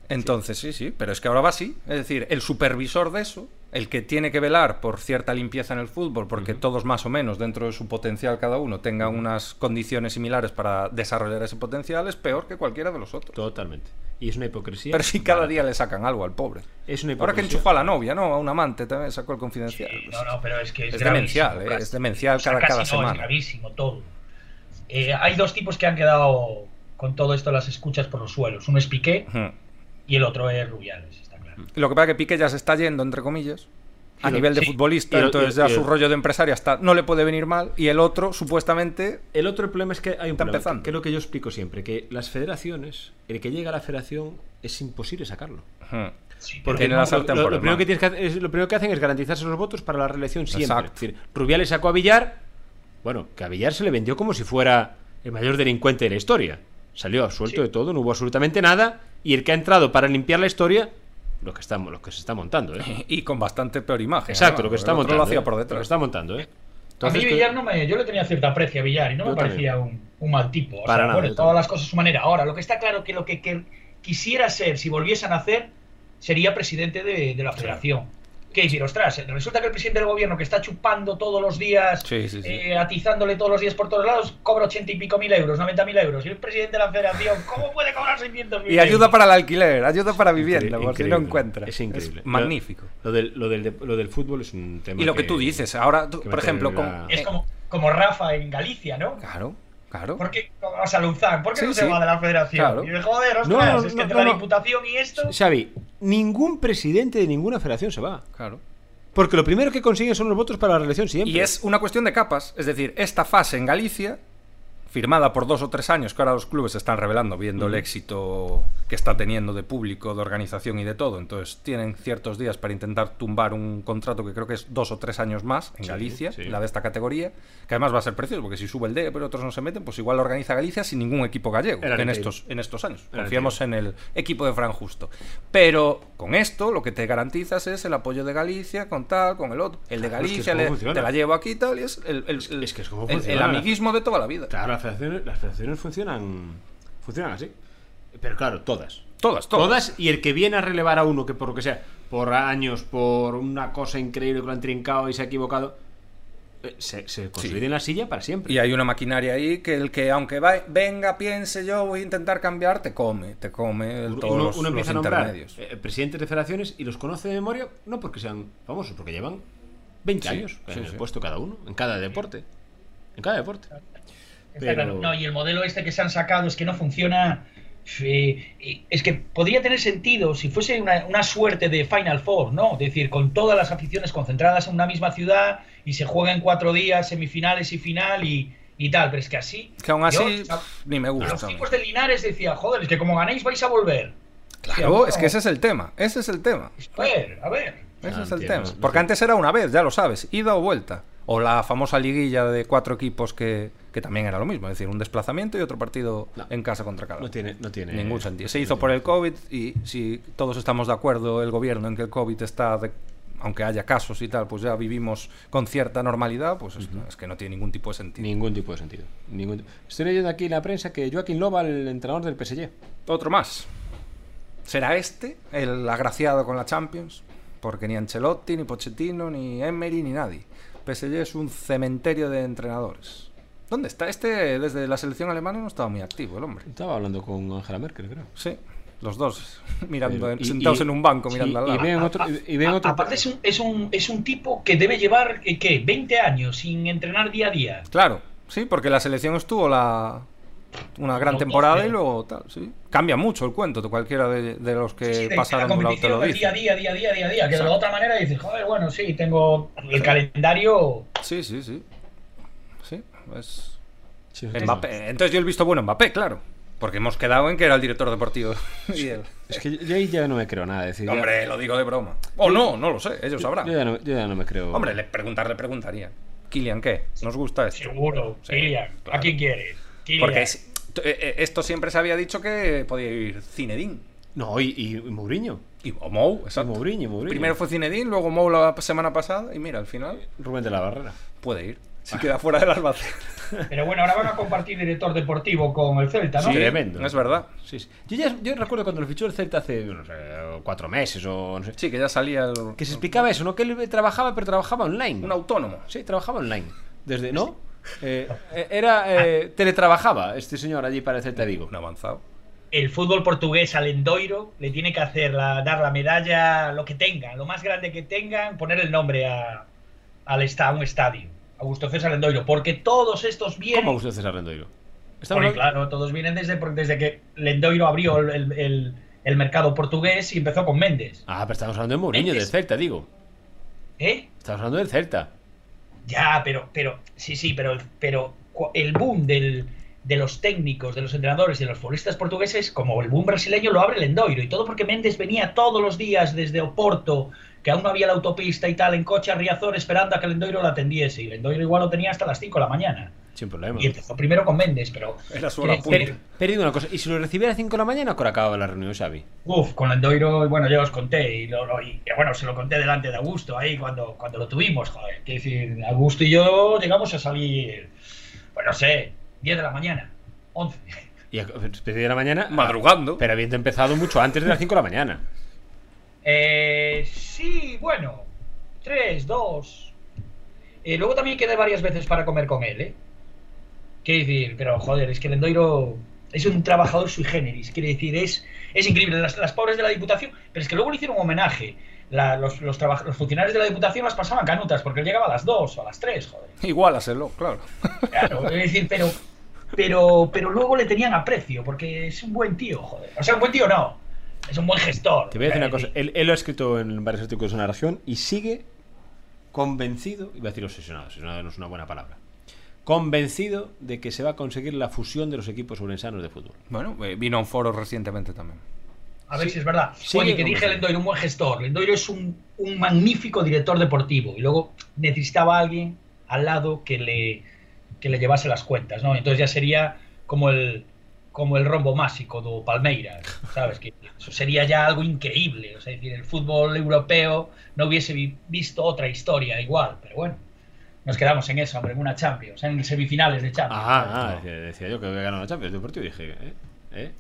Speaker 3: Entonces, sí, sí, pero es que ahora va así. Es decir, el supervisor de eso, el que tiene que velar por cierta limpieza en el fútbol, porque todos más o menos dentro de su potencial cada uno tengan unas condiciones similares para desarrollar ese potencial, es peor que cualquiera de los otros.
Speaker 2: Totalmente. Y es una hipocresía.
Speaker 3: Pero si cada día le sacan algo al pobre.
Speaker 2: Es una
Speaker 3: Ahora que
Speaker 2: hipocresía.
Speaker 3: enchufó a la novia, ¿no? A un amante también sacó el confidencial.
Speaker 4: Sí, no, no, pero es que es,
Speaker 3: es demencial,
Speaker 4: gravísimo,
Speaker 3: ¿eh?
Speaker 4: casi.
Speaker 3: Es demencial
Speaker 4: O sea,
Speaker 3: cada-
Speaker 4: casi
Speaker 3: cada
Speaker 4: no,
Speaker 3: semana.
Speaker 4: Es gravísimo todo. Eh, hay dos tipos que han quedado con todo esto de las escuchas por los suelos. Uno es Piqué
Speaker 3: Ujú.
Speaker 4: y el otro es Rubiales, está claro.
Speaker 3: Lo que pasa es que Piqué ya se está yendo, entre comillas, a
Speaker 2: Y lo-
Speaker 3: nivel de
Speaker 2: sí.
Speaker 3: futbolista,
Speaker 2: Y lo-
Speaker 3: entonces
Speaker 2: y-
Speaker 3: ya
Speaker 2: y
Speaker 3: su
Speaker 2: lo-
Speaker 3: rollo de empresario hasta no le puede venir mal, y el otro, supuestamente,
Speaker 2: El otro problema es que hay un
Speaker 3: Está
Speaker 2: problema,
Speaker 3: empezando.
Speaker 2: que es lo que yo explico siempre, que las federaciones, el que llega a la federación es imposible sacarlo.
Speaker 3: ujú,
Speaker 4: Sí,
Speaker 3: Porque
Speaker 4: pero-
Speaker 3: no- las
Speaker 2: lo,
Speaker 3: altas
Speaker 2: Eh, lo- lo
Speaker 3: por el
Speaker 2: primero que
Speaker 3: mar.
Speaker 2: tienes que hacer es- lo primero que hacen es garantizarse los votos para la reelección siempre.
Speaker 3: Exacto.
Speaker 2: Es decir, Rubiales sacó a Villar, bueno, que a Villar se le vendió como si fuera el mayor delincuente de la historia. Salió absuelto
Speaker 4: Sí.
Speaker 2: de todo, no hubo absolutamente nada, y el que ha entrado para limpiar la historia, lo que, está, lo que se está montando, ¿eh?
Speaker 3: y con bastante peor imagen.
Speaker 2: Exacto,
Speaker 3: además,
Speaker 2: lo que
Speaker 3: porque
Speaker 2: está
Speaker 3: el otro
Speaker 2: montando.
Speaker 3: lo hacía
Speaker 2: ¿eh?
Speaker 3: por
Speaker 2: Lo que
Speaker 3: detrás.
Speaker 2: está montando, ¿eh?
Speaker 4: a
Speaker 2: Entonces,
Speaker 4: mí
Speaker 2: que-
Speaker 4: Villar no me, yo le tenía cierta aprecio a Villar y no
Speaker 2: Yo
Speaker 4: me parecía un, un mal tipo. O
Speaker 2: Para
Speaker 4: sea,
Speaker 2: nada,
Speaker 4: bueno,
Speaker 2: yo
Speaker 4: todas
Speaker 2: también.
Speaker 4: las cosas a su manera. Ahora, lo que está claro que lo que, que quisiera ser, si volviesen a hacer, sería presidente de, de la federación. ¿Qué decir? Ostras, resulta que el presidente del gobierno que está chupando todos los días,
Speaker 3: Sí, sí, sí.
Speaker 4: eh, atizándole todos los días por todos lados, cobra ochenta y pico mil euros, noventa mil euros. Y el presidente de la federación, ¿cómo puede cobrar seiscientos mil
Speaker 3: Y ayuda para el alquiler, ayuda para vivienda,
Speaker 2: Incre-
Speaker 3: por si no
Speaker 2: increíble.
Speaker 3: encuentra.
Speaker 2: Es increíble. Lo-
Speaker 3: magnífico.
Speaker 2: Lo del, lo, del, lo del fútbol es un tema.
Speaker 3: Y lo que tú dices, ahora, tú,
Speaker 2: que
Speaker 3: por
Speaker 2: meter
Speaker 3: ejemplo,
Speaker 2: la-
Speaker 3: con...
Speaker 4: Es
Speaker 3: eh,
Speaker 4: como, como Rafa en Galicia, ¿no?
Speaker 3: Claro, claro.
Speaker 4: ¿Por qué vas a Luzán? ¿Por qué
Speaker 3: Sí,
Speaker 4: no
Speaker 3: sí.
Speaker 4: se va de la federación?
Speaker 3: Claro.
Speaker 4: Y de, joder, ostras,
Speaker 2: No,
Speaker 4: es
Speaker 2: no,
Speaker 4: que entre
Speaker 2: no,
Speaker 4: la
Speaker 2: no.
Speaker 4: diputación y esto.
Speaker 2: Xavi, ningún presidente de ninguna federación se va.
Speaker 3: Claro.
Speaker 2: Porque lo primero que consiguen son los votos para la reelección siempre.
Speaker 3: Y es una cuestión de capas, es decir, esta fase en Galicia, firmada por dos o tres años, que ahora los clubes se están revelando, viendo el éxito que está teniendo de público, de organización y de todo, entonces tienen ciertos días para intentar tumbar un contrato que creo que es dos o tres años más en
Speaker 2: Sí,
Speaker 3: Galicia,
Speaker 2: sí.
Speaker 3: la de esta categoría, que además va a ser precioso, porque si sube el D, pero otros no se meten, pues igual lo organiza Galicia sin ningún equipo gallego
Speaker 2: El
Speaker 3: en
Speaker 2: Arenteiro.
Speaker 3: estos, en estos años.
Speaker 2: El
Speaker 3: Confiamos en el equipo de Fran Justo. Pero con esto lo que te garantizas es el apoyo de Galicia, con tal, con el otro. El de
Speaker 2: Claro, es que es
Speaker 3: Galicia
Speaker 2: como
Speaker 3: le-
Speaker 2: funciona.
Speaker 3: te la llevo aquí y tal, y es el, el- el-
Speaker 2: es que es como
Speaker 3: el- el
Speaker 2: funciona.
Speaker 3: amiguismo de toda la vida.
Speaker 2: Claro, las federaciones, las federaciones funcionan, funcionan así. Pero claro, todas.
Speaker 3: Todas, todas.
Speaker 2: Todas y el que viene a relevar a uno que por lo que sea, por años, por una cosa increíble que lo han trincado y se ha equivocado, eh, se, se consolida en la silla para siempre.
Speaker 3: Y hay una maquinaria ahí que el que, aunque va- venga, piense yo, voy a intentar cambiar, te come, te come el,
Speaker 2: Uno-
Speaker 3: todos
Speaker 2: uno,
Speaker 3: los,
Speaker 2: uno empieza
Speaker 3: los
Speaker 2: a nombrar
Speaker 3: intermedios.
Speaker 2: eh, presidentes de federaciones y los conoce de memoria, no porque sean famosos, porque llevan 20
Speaker 3: Sí,
Speaker 2: años
Speaker 3: sí,
Speaker 2: en el
Speaker 3: sí.
Speaker 2: puesto cada uno, en cada deporte. En cada deporte.
Speaker 4: Está
Speaker 2: Pero-
Speaker 4: claro. No, y el modelo este que se han sacado es que no funciona. eh, eh, es que podría tener sentido si fuese una, una suerte de Final Four, ¿no? Es decir, con todas las aficiones concentradas en una misma ciudad y se juega en cuatro días, semifinales y final y, y tal. Pero es que así.
Speaker 3: Que aún
Speaker 4: yo,
Speaker 3: así,
Speaker 4: o sea,
Speaker 3: pff, ni me
Speaker 4: a
Speaker 3: gusta.
Speaker 4: los tipos de Linares decía, joder, es que como ganéis vais a volver.
Speaker 3: Claro, es que ese es el tema, ese es el tema.
Speaker 4: A ver, a ver.
Speaker 3: Ese
Speaker 2: Ah,
Speaker 3: es el
Speaker 2: entiendo,
Speaker 3: tema.
Speaker 2: no sé.
Speaker 3: Porque antes era una vez, ya lo sabes, ida o vuelta. O la famosa liguilla de cuatro equipos que, que también era lo mismo, es decir, un desplazamiento y otro partido
Speaker 2: No.
Speaker 3: en casa contra cada.
Speaker 2: No
Speaker 3: uno.
Speaker 2: tiene, no tiene
Speaker 3: Ningún sentido. Se
Speaker 2: no
Speaker 3: hizo
Speaker 2: tiene.
Speaker 3: por el COVID y si todos estamos de acuerdo, el gobierno, en que el COVID está, de- aunque haya casos y tal, pues ya vivimos con cierta normalidad, pues es, es que no tiene ningún tipo de sentido.
Speaker 2: Ningún tipo de sentido. Ningún ti- Estoy leyendo aquí en la prensa que Joaquín Loba, el entrenador del PSG.
Speaker 3: Otro más. ¿Será este el agraciado con la Champions? Porque ni Ancelotti, ni Pochettino, ni Emery, ni nadie. PSG es un cementerio de entrenadores. ¿Dónde está? Este desde la selección alemana no estaba muy activo el hombre.
Speaker 2: Estaba hablando con Angela Merkel, creo.
Speaker 3: Sí, los dos mirando,
Speaker 2: Pero-
Speaker 3: en-
Speaker 2: y-
Speaker 3: sentados
Speaker 2: y-
Speaker 3: en un banco
Speaker 2: sí,
Speaker 3: mirando al
Speaker 2: y
Speaker 3: lado.
Speaker 2: ven otro, y- y ven
Speaker 4: A-
Speaker 2: otro-
Speaker 4: aparte es un, es, un, es un tipo que debe llevar, eh, ¿qué? 20 años sin entrenar día a día.
Speaker 3: Claro, sí, porque la selección estuvo la una gran
Speaker 4: No,
Speaker 3: temporada
Speaker 4: no,
Speaker 3: y luego tal, sí. Cambia mucho el cuento, cualquiera de, de los que
Speaker 4: Sí, de- de
Speaker 3: Eh, pasaron por la
Speaker 4: competición
Speaker 3: lo
Speaker 4: del
Speaker 3: dice.
Speaker 4: día a día, día a día, día a día. Que de
Speaker 3: Exacto.
Speaker 4: la otra manera dices, joder, bueno, sí, tengo el calendario.
Speaker 3: Sí, sí, sí. Sí, es
Speaker 2: Sí, sí, sí.
Speaker 3: Mbappé. Entonces yo he visto bueno Mbappé, claro. Porque hemos quedado en que era el director deportivo. Y él-
Speaker 2: Es que yo, yo ahí ya no me creo nada. es decir, ya-
Speaker 3: Hombre, lo digo de broma. O no, no lo sé, ellos
Speaker 2: yo,
Speaker 3: sabrán.
Speaker 2: ya no, yo ya no me creo.
Speaker 3: Hombre, le preguntar, le preguntaría. Kilian, ¿qué? ¿Nos gusta esto?
Speaker 4: Seguro,
Speaker 3: Sí,
Speaker 4: Kylian.
Speaker 3: claro.
Speaker 4: ¿A quién quieres? Kylian.
Speaker 3: Porque es- t- eh, eh, esto siempre se había dicho que podía ir Zinedine.
Speaker 2: No, y, y Mourinho.
Speaker 3: Y, o Mou,
Speaker 2: Y
Speaker 3: exacto.
Speaker 2: Mourinho, Mourinho.
Speaker 3: Primero fue Zinedine, luego Mou la semana pasada. Y mira, al final
Speaker 2: Rubén de la Barrera.
Speaker 3: puede ir. Ah. Si queda fuera del Albacete.
Speaker 4: Pero bueno, ahora van a compartir director deportivo con el Celta, ¿no?
Speaker 2: Sí. Tremendo.
Speaker 3: Es verdad.
Speaker 2: Sí, sí. Yo, ya, yo recuerdo cuando lo fichó el Celta hace no sé, cuatro meses o no sé.
Speaker 3: Sí, que ya salía el-
Speaker 2: Que se explicaba eso, ¿no? Que él trabajaba, pero trabajaba online.
Speaker 3: un autónomo.
Speaker 2: Sí, trabajaba online. Desde, ¿no? Eh, eh, era, eh, teletrabajaba este señor allí para el Celta de Vigo.
Speaker 3: Un avanzado.
Speaker 4: El fútbol portugués al Endoiro le tiene que hacer la- dar la medalla, lo que tengan, lo más grande que tengan, poner el nombre a, al esta- a un estadio. Augusto César Endoiro, porque todos estos vienen.
Speaker 2: ¿Cómo gusta César Rendoiro?
Speaker 4: Porque, claro, todos vienen desde, por- desde que Lendoiro abrió el, el- el- el mercado portugués y empezó con Méndez.
Speaker 2: Ah, pero estamos hablando de Mourinho, del
Speaker 4: Mendes.
Speaker 2: Celta, digo.
Speaker 4: ¿Eh?
Speaker 2: Estamos hablando del Celta.
Speaker 4: Ya, pero, pero, sí, sí, pero, pero cu- el boom del- de los técnicos, de los entrenadores, de los futbolistas portugueses, como el boom brasileño, lo abre el Endoiro. Y todo porque Méndez venía todos los días desde Oporto, que aún no había la autopista y tal, en coche a Riazor, esperando a que el Endoiro la atendiese. Y el Endoiro igual lo tenía hasta las 5 de la mañana.
Speaker 2: Sin problema.
Speaker 4: Y empezó primero con Méndez, pero.
Speaker 3: Era su hora
Speaker 4: Quiere
Speaker 3: punta.
Speaker 4: decir-
Speaker 2: Pero digo una cosa, ¿y si lo recibiera a 5 de la mañana, ahora acababa la reunión, Xavi?
Speaker 4: Uf, con Lendoiro, bueno, ya os conté, y, lo- lo- y, eh, bueno, se lo conté delante de Augusto ahí cuando, cuando lo tuvimos, joder. Quiero decir, Augusto y yo llegamos a salir, pues no sé, 10 de la mañana, 11.
Speaker 2: Y a las 10 de la mañana.
Speaker 3: Madrugando.
Speaker 2: Pero habiendo empezado mucho antes de las 5 de la mañana.
Speaker 4: Eh, sí, bueno, 3, 2. Eh, luego también quedé varias veces para comer con él, ¿eh? Quiero decir, pero joder, es que Lendoiro es un trabajador sui generis, quiere decir, es, es increíble. Las, las pobres de la Diputación, pero es que luego le hicieron un homenaje. La- los, los, traba- los funcionarios de la Diputación las pasaban canutas porque él llegaba a las 2 o a las 3, joder.
Speaker 3: Igual a serlo, claro.
Speaker 4: Claro, es decir, pero, pero, pero luego le tenían aprecio porque es un buen tío, joder. O sea, un buen tío no, es un buen gestor.
Speaker 2: Te voy a decir una cosa.
Speaker 4: Eh,
Speaker 2: Él, él lo ha escrito en varios artículos en la región y sigue convencido, iba a decir obsesionado, obsesionado no es una buena palabra, convencido de que se va a conseguir la fusión de los equipos urensanos de fútbol.
Speaker 3: Bueno, eh, vino a un foro recientemente también.
Speaker 4: A ver si es verdad.
Speaker 2: Sí,
Speaker 4: Oye, que
Speaker 2: hombre.
Speaker 4: dije Lendoiro, un buen gestor. Lendoiro es un, un magnífico director deportivo. Y luego necesitaba a alguien al lado que le, que le llevase las cuentas, ¿no? Entonces ya sería como el como el rombo másico do Palmeiras, ¿sabes? Que eso sería ya algo increíble. O sea, es decir, el fútbol europeo no hubiese vi- visto otra historia igual. Pero bueno, nos quedamos en eso, hombre, en una Champions, en semifinales de Champions.
Speaker 2: Ah, ah, decía, decía yo que había ganado la Champions Deportivo y dije, ¿eh? ¿eh?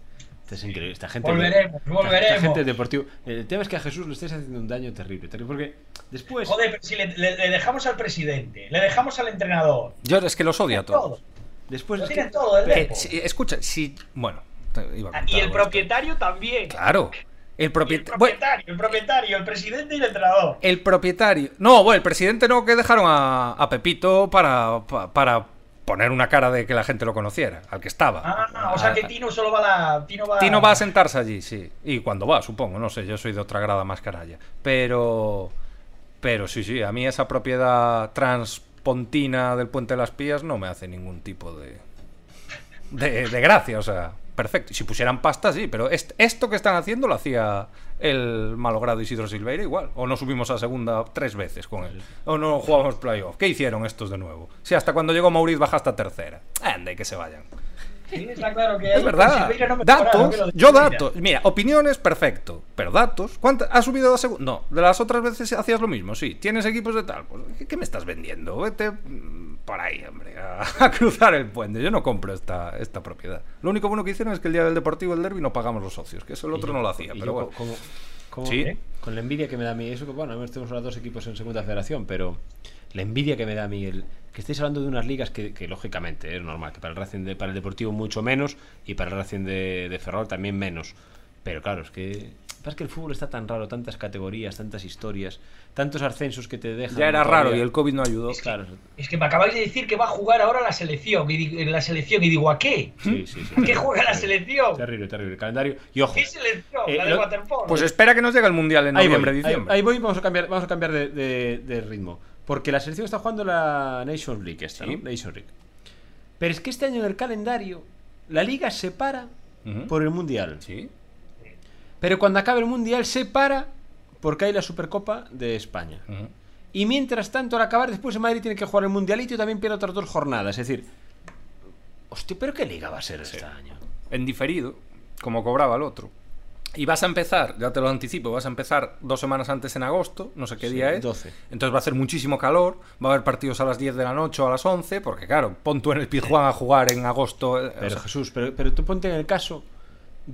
Speaker 2: Esto es increíble. Esta gente.
Speaker 4: Volveremos,
Speaker 2: esta- Esta
Speaker 4: volveremos.
Speaker 2: gente deportivo. El tema es que a Jesús le estáis haciendo un daño terrible, terrible, Porque después.
Speaker 4: Joder, pero si le- le- le dejamos al presidente, le dejamos al entrenador,
Speaker 3: Yo es que los odio a
Speaker 4: todo.
Speaker 3: todos.
Speaker 2: Después
Speaker 4: Lo
Speaker 2: es que-
Speaker 4: tienen todo ¿eh? el
Speaker 3: Que
Speaker 4: Depor.
Speaker 3: si- escucha, si. Bueno, te iba a
Speaker 4: Ah,
Speaker 3: contar
Speaker 4: Y el
Speaker 3: algo
Speaker 4: propietario también.
Speaker 3: esto. Claro. El,
Speaker 4: Y el
Speaker 3: propietario.
Speaker 4: propietario, el propietario, el presidente y el entrenador.
Speaker 3: el propietario. No, bueno, el presidente no, que dejaron a, a Pepito para, pa- para poner una cara de que la gente lo conociera, al que estaba.
Speaker 4: Ah, o sea que
Speaker 3: A-
Speaker 4: Tino solo va a la. Tino va,
Speaker 3: Tino va a sentarse allí, sí. Y cuando va, supongo, no sé, yo soy de otra grada más caralla. Pero. Pero sí, sí, a mí esa propiedad transpontina del Puente de las Pías no me hace ningún tipo de. de, de gracia, o sea, perfecto. Y Si pusieran pasta, sí, pero est- esto que están haciendo lo hacía el malogrado Isidro Silveira igual. O no subimos a segunda tres veces con él. O no jugábamos playoff. ¿Qué hicieron estos de nuevo? Si hasta cuando llegó Mauriz baja hasta tercera. Anda, y que se vayan.
Speaker 4: Sí, está claro que
Speaker 3: Es
Speaker 4: ahí con
Speaker 3: verdad.
Speaker 4: Silveira no mejora, no
Speaker 3: datos.
Speaker 4: quiero decir
Speaker 3: Yo
Speaker 4: nada.
Speaker 3: datos. Mira, opiniones, perfecto. Pero datos. ¿Cuánta, ¿Ha subido a segunda? No, de las otras veces hacías lo mismo, sí. Tienes equipos de tal. Pues, ¿qué, qué me estás vendiendo? Vete mm, por ahí, hombre, a, a cruzar el puente. Yo no compro esta, esta propiedad. Lo único bueno que hicieron es que el día del Deportivo, el derby, no pagamos los socios. Que eso el
Speaker 2: y
Speaker 3: otro
Speaker 2: yo-
Speaker 3: no lo hacía.
Speaker 2: y
Speaker 3: Pero
Speaker 2: yo
Speaker 3: bueno.
Speaker 2: co- como- como-
Speaker 3: Sí.
Speaker 2: ¿eh? Con la envidia que me da a mí, eso que bueno, al menos tenemos ahora dos equipos en segunda federación, pero la envidia que me da a mí, el, que estéis hablando de unas ligas que, que, lógicamente es normal, que para el Racing de- para el Deportivo mucho menos y para el Racing de, de Ferrol también menos. Pero claro, es que. pasa que el fútbol está tan raro, tantas categorías, tantas historias, tantos ascensos que te dejan.
Speaker 3: Ya era
Speaker 2: todavía-
Speaker 3: raro y el COVID no ayudó.
Speaker 2: Claro.
Speaker 4: Es que me acabáis de decir que va a jugar ahora la selección. Y digo, en la selección, y digo ¿a qué?
Speaker 2: Sí, sí, sí.
Speaker 4: ¿Qué juega la selección?
Speaker 2: Terrible, terrible. El calendario. Y ojo.
Speaker 4: ¿Qué selección?
Speaker 2: Eh,
Speaker 4: la de
Speaker 2: lo-
Speaker 4: waterpolo.
Speaker 3: Pues espera que nos llegue el Mundial en
Speaker 2: Ahí voy,
Speaker 3: noviembre,
Speaker 2: ahí-
Speaker 3: diciembre.
Speaker 2: Ahí, voy, vamos a cambiar, vamos a cambiar de, de- de ritmo. Porque la selección está jugando la Nations League esta, ¿no?
Speaker 3: Sí.
Speaker 2: Nations League. Pero es que este año en el calendario la liga se para
Speaker 3: Ujú.
Speaker 2: por el Mundial.
Speaker 3: Sí.
Speaker 2: Pero cuando acabe el Mundial se para porque hay la Supercopa de España.
Speaker 3: Ujú.
Speaker 2: Y mientras tanto, al acabar después, el Madrid tiene que jugar el Mundialito y también pierde otras dos jornadas. Es decir, hostia, pero ¿qué liga va a ser este año?
Speaker 3: En diferido, como cobraba el otro. Y vas a empezar, ya te lo anticipo, vas a empezar dos semanas antes en agosto, no sé qué
Speaker 2: Sí,
Speaker 3: día es.
Speaker 2: 12.
Speaker 3: Entonces va a hacer muchísimo calor, va a haber partidos a las 10 de la noche o a las 11, porque claro, pon tú en el Pizjuán a jugar en agosto. eh, o
Speaker 2: Pero
Speaker 3: sea,
Speaker 2: Jesús, pero, pero tú ponte en el caso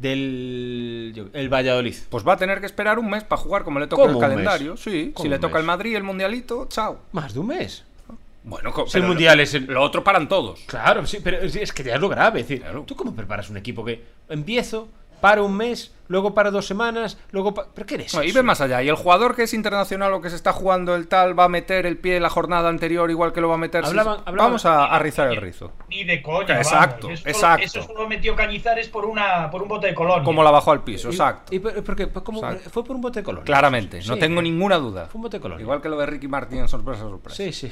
Speaker 2: del yo- el Valladolid.
Speaker 3: pues va a tener que esperar un mes para jugar como le toca
Speaker 2: ¿Cómo
Speaker 3: el
Speaker 2: un mes?
Speaker 3: calendario. Sí,
Speaker 2: ¿Cómo
Speaker 3: si le
Speaker 2: un
Speaker 3: toca
Speaker 2: mes?
Speaker 3: el Madrid, el Mundialito, chao.
Speaker 2: Más de un mes.
Speaker 3: Bueno,
Speaker 2: el Mundial es el-
Speaker 3: Lo otro paran todos.
Speaker 2: Claro, sí, pero es- es que ya es lo grave. Es decir,
Speaker 3: Claro.
Speaker 2: ¿tú cómo preparas un equipo que empiezo, paro un mes, luego paro dos semanas, luego. pa- ¿Pero qué eres?
Speaker 3: No, y
Speaker 2: eso?
Speaker 3: ve más allá. Y el jugador que es internacional o que se está jugando el tal va a meter el pie la jornada anterior igual que lo va a meter. si-
Speaker 2: Hablaban- hablaban-
Speaker 3: Vamos a, a rizar el rizo.
Speaker 4: Ni de coña. vamos.
Speaker 3: Exacto,
Speaker 4: Eso-
Speaker 3: exacto.
Speaker 4: Eso solo metió Cañizares por, una, por un bote de colonia.
Speaker 3: Como la bajó al piso, exacto.
Speaker 2: ¿Y, por- por qué? Pues como-
Speaker 3: Exacto.
Speaker 2: Fue por un bote de color.
Speaker 3: Claramente, no
Speaker 2: Sí,
Speaker 3: tengo
Speaker 2: eh,
Speaker 3: ninguna duda.
Speaker 2: Fue un bote de color.
Speaker 3: Igual que lo de Ricky Martin en sorpresa, sorpresa.
Speaker 2: Sí, sí.